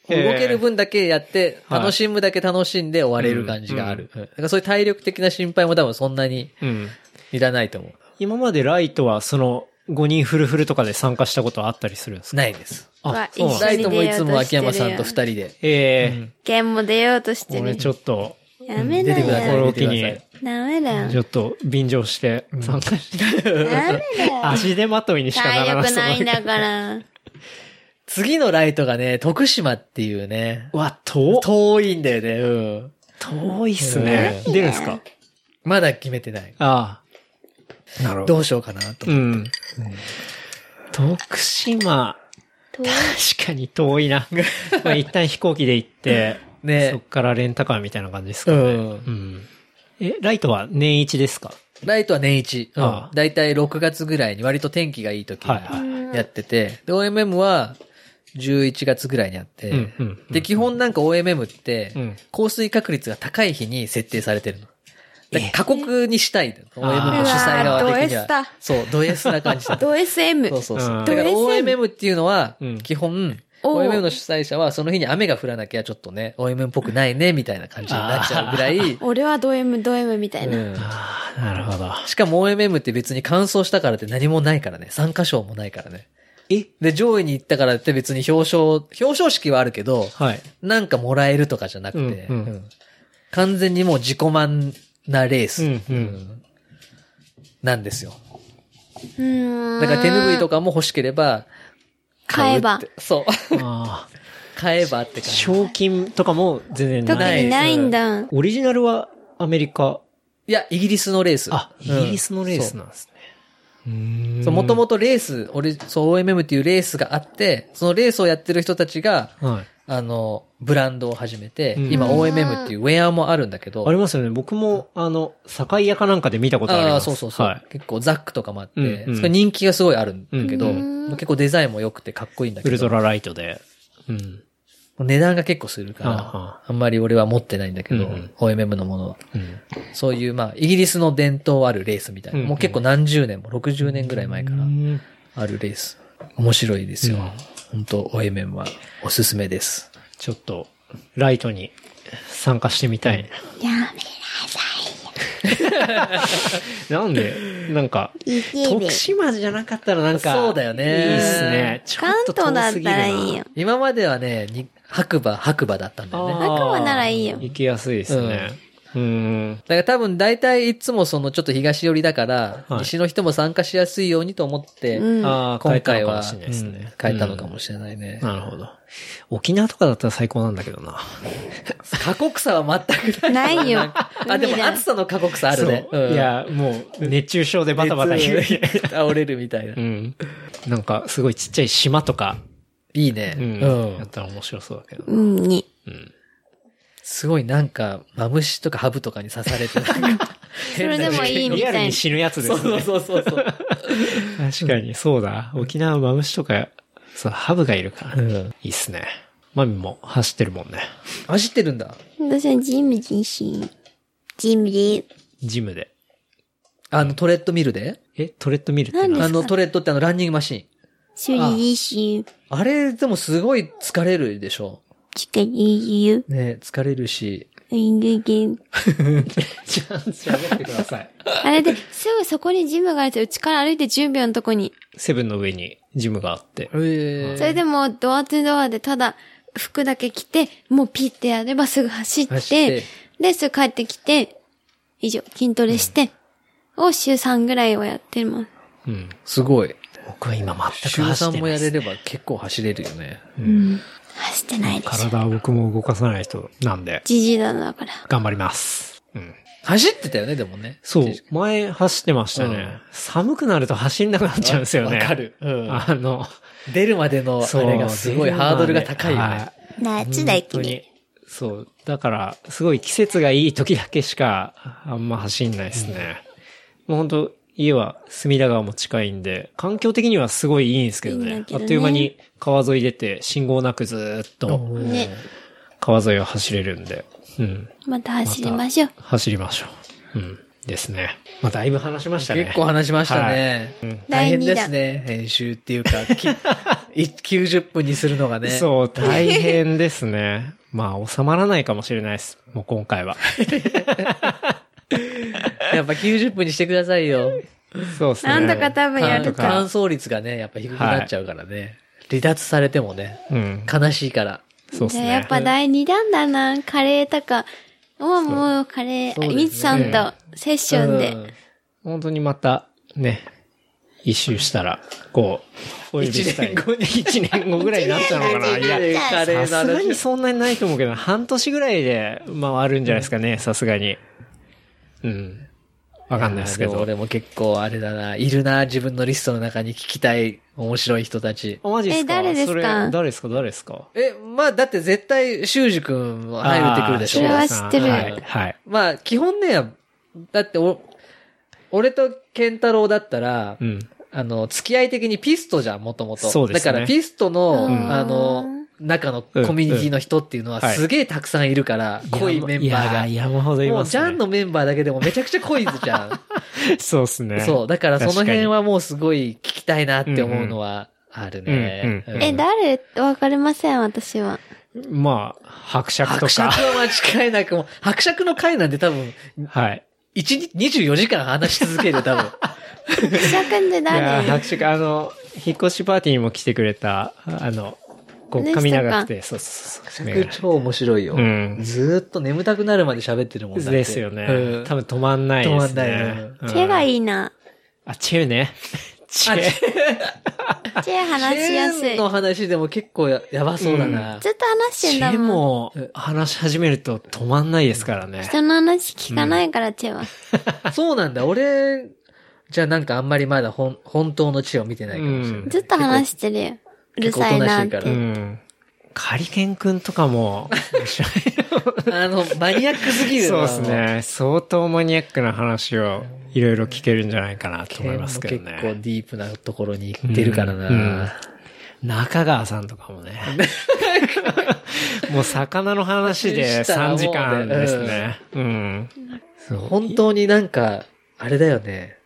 動へーける分だけやって、はい楽しむだけ楽しんで終われる感じがある。うんだからそういう体力的な心配も多分そんなにうん。いらないと思今までライトはその、5人フルフルとかで参加したことはあったりするんですかう。ないです。あわ、そうなんだ一緒ラにイトもいつも秋山さんと二人で。え剣も出ようとしえて俺る。ちょっと、ダメ出だてくださいよ。これを機に、ダメだちよ。ょっと便乗して参加して、ダメだよ。足手まといにしかなら体な力そうないんだから。次のライトがね、徳島っていうね。うわ、遠っ遠いんだよね、うん。遠いっすね。出るんですかまだ決めてない。ああ。なるほどうしようかなと。うん。徳島、遠い確かに遠い な。まあ一旦飛行機で行って、ねそっからレンタカーみたいな感じですかうね。んう。ん。え、ライトは年一ですかライトは年一。うんああだいたい6月ぐらいに割と天気がいい時にはいはやってて、で、OMM は11月ぐらいにあって、うんうんうんで、基本なんか OMM うってん、降水確率が高い日に設定されてるの。だから過酷にしたいの。OMM の主催側的にうわード S はだ。そう、ド S な感じだ。ド SM。そうそうそうう。んだからド SM OMM っていうのはうん、基本、おう OMM の主催者はその日に雨が降らなきゃちょっとね、OMM っぽくないね、みたいな感じになっちゃうぐらい、俺はド M、ド M みたいな。うんああ、なるほど。しかも OMM って別に乾燥したからって何もないからね。参加賞もないからね。えで、上位に行ったからって別に表彰、表彰式はあるけど、はい。なんかもらえるとかじゃなくうて、んうんうん完全にもう自己満なレース、うんうんうんなんですよ。うん。だから手拭いとかも欲しければ、買えばうって。 そう。ああ。買えばって感じ。賞金とかも全然特ない。にないんだ。オリジナルはアメリカ。いや、イギリスのレース。あ、イギリスのレースななんですね。うーんそう、もともとレース、俺、そう、OMM っていうレースがあって、そのレースをやってる人たちが、はい。あの、ブランドを始めて、うん今うん OMM っていうウェアもあるんだけど、ありますよね。僕も、あの、境屋かなんかで見たことありあまあ、す。そうそうそう、はい。結構ザックとかもあって、うんうんそれ人気がすごいあるんだけど、うん結構デザインも良くてかっこいいんだウけルトど、ラライトで。うん。値段が結構するから、ああんまり俺は持ってないんだけど、うんうん OMM のものは。うん。そういう、まあ、イギリスの伝統あるレースみたいな。うんうんもう結構何十年も、60年ぐらい前からうんあるレース。面白いですよ。うん本当 OMM はおすすめです。ちょっと、ライトに参加してみたい。やめなさなんで、なんか、徳島じゃなかったらなんか、そうだよねいいっすね。ちょ関っと東だ遠っすたぎるならいいよ。。今まではね、に白馬、白馬だったんだよね。白馬ならいいよあー行きやすいですね。うん。だから多分大体いつもそのちょっと東寄りだから、はい西の人も参加しやすいようにと思って、うん。ああ、変え今た回のかはもしれないですね。うん変えたのかもししれないね。なるほど。沖縄とかだったら最高なんだけどな。過酷さは全 くない。ないよ。あ、で海もだよ暑さの過酷さあるね。そううんい、や、もう、熱中症でバタバタ言う。熱倒れるみたいなう。ん。なんか、すごいちっちゃい島とか、いいね。う。うんんやったら面白そうだけど。うんに。うん。すごいなんか、マムシとかハブとかに刺されてな んかそれでもいいみリたアルいにな。死ぬやつですそね。うそうそうそうそう。 確かに、そうだ。沖縄マムシとか、そう、ハブがいるから。ういん。いっすね。マミも走ってるもんね。走ってるんだ。私はジム自身。ジムリジムで。あの、トレッドミルでえ、トレッドミルって何なあの、トレッドってあの、ランニングマシン。それ自身。あれ、でもすごい疲れるでしょ。近いよ。ね疲れるし。イングゲン。ちゃんと喋ってください。あれで、すぐそこにジムがあると、うちから歩いて10秒のとこに。セブンの上にジムがあって。えそれでも、ドアトゥドアでただ、服だけ着て、もうピッてやればすぐ走って、走ってで、すぐ帰ってきて、以上、筋トレして、を週3ぐらいはやってます。うん。すごい。僕は今全く週走っ3てもないでやすれれば結構走れるよね。走ってないでしょ。体を僕も動かさない人なんで、じじいなのだから。頑張ります。うん。走ってたよね、でもね。そう。前走ってましたね。うん寒くなると走んなくなっちゃうんですよね。わかる。うん。あの、出るまでのあそう。れがすごいハードルが高いよね。夏はい。本当に。そう。だから、すごい季節がいい時だけしか、あんま走んないですね。もう本当家は隅田川も近いんで、環境的にはすごいいいんですけどね。いいんだけどあねっという間に川沿い出て、信号なくずーっとね、川沿いを走れるんで。うん。また走りましょう。走りましょう。うん。ですね。まあ、だいぶ話しましたね。結構話しましたね。大変ですね。編集っていうか、 きい90分にするのがね。う。そう、大変ですね。 まあ、収まらないかもしれないです。もう今回は。やっぱ90分にしてくださいよ。そうですね。なんとか多分や乾るかと。乾燥率がね、やっぱ低くなっちゃうからね。離脱されてもね、うん。悲しいから。そうでじすゃあね。やっぱ第2弾だな。カレーとか。もうもうカレそうでー、すねみつさんとセッションで。本当にまた、ね、一周したら、こう、お呼びしたい。一年後一年後ぐらいになっちゃうのかな。いや、やカレさーすのがに話。そんなにないと思うけど、半年ぐらいで回るんじゃないですかね、さすがに。うん。わかんないですけあでもど。俺も結構あれだな、いるな、自分のリストの中に聞きたい面白い人たち。あマジっすかえ誰ですかそれ誰ですか誰ですかえ、まあだって絶対、修二くんは入ってくるでしょ。あーそれは知ってるはい。はい。まあ、基本ね、だってお、俺と健太郎だったら、うん。あの、付き合い的にピストじゃん、もともと。そうですねだから、ピストの、うんあの、中のコミュニティの人っていうのはうんうんすげえたくさんいるから、濃いメンバーが。いや、山ほどいもまう、ジす、ね。ャンのメンバーだけでもめちゃくちゃ濃いじゃん。そうですね。そう。だから、その確かに辺はもうすごい聞きたいなって思うのはあるね。うんうんうんえ、うん誰わかりません、私は。まあ、伯爵と伯爵か。は間違いなくもう、伯爵の回なんて多分、はい。一日、24時間話し続けるよ、多分。くしゃくんっていやー、誰伯爵、あの、引っ越しパーティーにも来てくれた、あの、こでう、したか髪長くて、そうそうそう。メガネ超面白いよ。うん。ずーっと眠たくなるまで喋ってるもんだってですよね。うん多分止まんないですね。止まんないうんうチェがいいな。あ、チェね。チェ。チェ話しやすチェい。ーずンのっ話でも結構ややばそうだな。と話してチんだェもん。も話し始めると止まんないですからね。人の話聞かないから、チェは。そうなんだ。俺、じゃあなんかあんまりまだ本本当の知恵を見てないかもしれない。うんずっと話してるよ。うるさいなっ結構おとなて。しいからうん。カリケンくんとかも、面白いあの、マニアックすぎるそうなです。ね。相当マニアックな話をいろいろ聞けるんじゃないかなと思いますけどもう結構ね。ディープなところに行ってるからな。うん中川さんとかも ね。もう魚の話で3時間ですね。うん。そう本当になんか、あれだよね。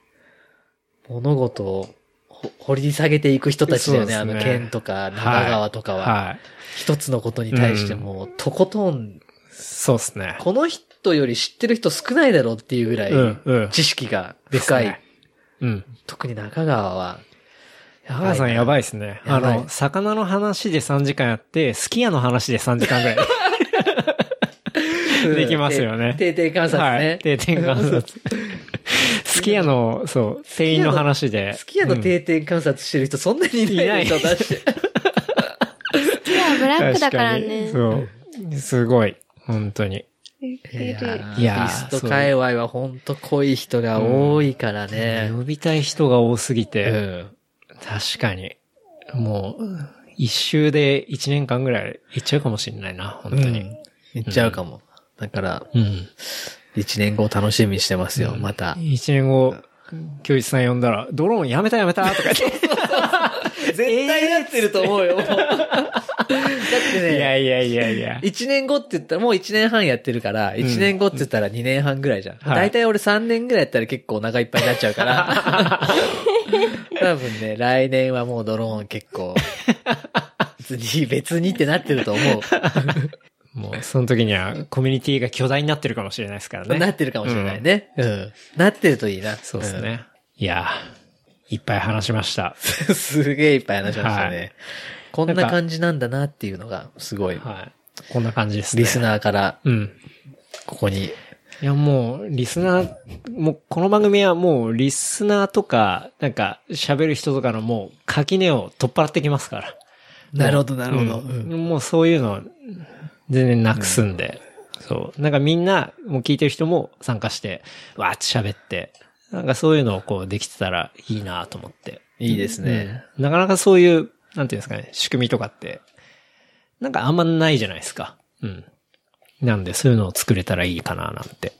物事をほ掘り下げていく人たちだよね。そあうですねの、県とか、長川とかは。はい。一つのことに対しても、とことん、そうですね。この人トより知ってる人少ないだろうっていうぐらいうんうん知識がです深い。ねうん。特に中川は、や母さんやばいですね。あやばいの、魚の話で3時間やって、スキヤの話で3時間ぐら い。うんできますよね定定定観察ね。定点観察。スキヤの、そう、店員の話で。好きやの定点観察してる人そんなにいないでしょ、いないだって。好きはブラックだからね。確かにそう。すごい。本当に。びっくいりやー、いやーリスト界隈はほんと濃い人が多いからね。呼びたい人が多すぎうて、ん。確かに。もう、一周で一年間ぐらい行っちゃうかもしれないな、本当に。いっちゃうかも。だから、うん。一年後を楽しみにしてますよ、また。一年後、教一さん呼んだら、ドローンやめたやめたとか言って。絶対なってると思う よ、もうだっ ていやね、いやいやいや。一年後って言ったら、もう一年半やってるから、一年後って言ったら二年半ぐらいじゃん。はい大体俺三年ぐらいやったら結構お腹いっぱいになっちゃうから。 多分ね、来年はもうドローン結構、 別に、別にってなってると思う。もう、その時には、コミュニティが巨大になってるかもしれないですからね。なってるかもしれないね。うん。なってるといいな。そうですね。いやー、いっぱい話しました。うん。 すげえいっぱい話しましたね。はいこんなんなか感じなんだなっていうのが、すごい、はい。こんな感じですね。リスナーから、うん。ここに。いや、もう、リスナー、もう、この番組はもう、リスナーとか、なんか、喋る人とかのもう、垣根を取っ払ってきますから。なるほど、なるほど。ううんんもう、そういうの、全然なくすんで。そう。なんか、みんな、もう聞いてる人も参加して、わーって喋って。なんか、そういうのをこう、できてたらいいなと思って。いいですね。うんなかなかそういう、なんていうんですかね、仕組みとかって、なんかあんまないじゃないですか。うん。なんで、そういうのを作れたらいいかななんて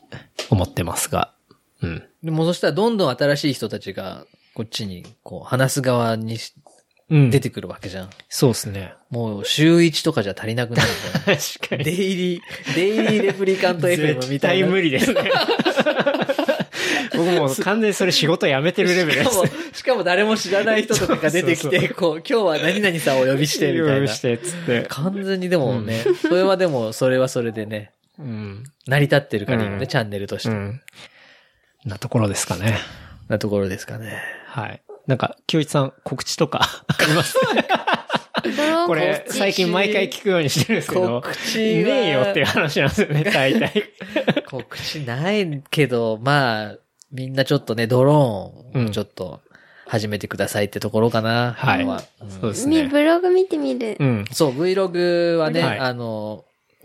思ってますが。うん。でもそしたらどんどん新しい人たちが、こっちに、こう、話す側にしうん。出てくるわけじゃん。そうですね。。もう、週1とかじゃ足りなくなるじゃん確か デ。イリー、デイリーレプリカント FM み絶たい対な。無理ですね。僕もう完全にそれ仕事辞めてるレベルでしかすもね。、しかも誰も知らない人とかが出てきそうて、こう、今日は何々さんをお呼びして、みたいなし。て、つって。完全にでもね、それはでも、それはそれでね、うん。成り立ってるからいいよね、うんチャンネルとして。うん。なところですかね。なところですかね。はい。なんか、清一さん、告知とか。ドローンこれ、告知最近毎回聞くようにしてるんですけど。告知いはねえよっていう話なんですよね、大 体。告知ないけど、まあ、みんなちょっとね、ドローンうをんちょっと始めてくださいってところかな。はい今はうんそうですみね。ブログ見てみるう。ん。そう、Vlog はね、はいあの、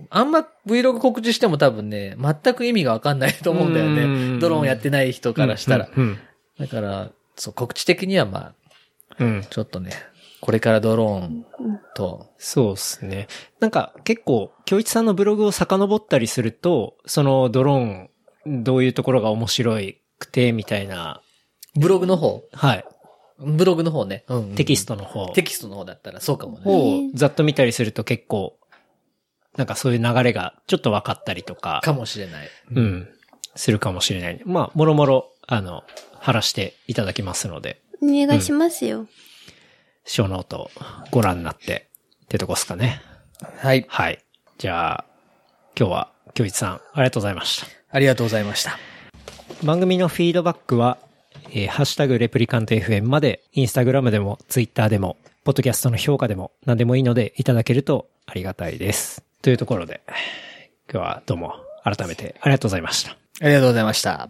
あんま Vlog 告知しても多分ね、全く意味がわかんないと思うんだようんうんうね。んドローンやってない人からしたら。うん。だから、そう、告知的にはまあ、うん。ちょっとね、これからドローンと、そうですね。なんか、結構、京一さんのブログを遡ったりすると、そのドローン、どういうところが面白くて、みたいな、ブログの方、はい。ブログの方ね。うんうんテキストの方テキストの方だったらそうかもね。をざっと見たりすると結構、なんかそういう流れがちょっと分かったりとか、かもしれない。うん、するかもしれない。まあ、もろもろ、あの、貼らしていただきますので。お願いしますよ。小ノートをご覧になってってとこですかね。はい。はい。じゃあ、今日は、京一さん、ありがとうございました。ありがとうございました。番組のフィードバックは、えーハッシュタグレプリカント FM まで、インスタグラムでも、ツイッターでも、ポッドキャストの評価でも、何でもいいので、いただけるとありがたいです。というところで、今日はどうも、改めてありがとうございました。ありがとうございました。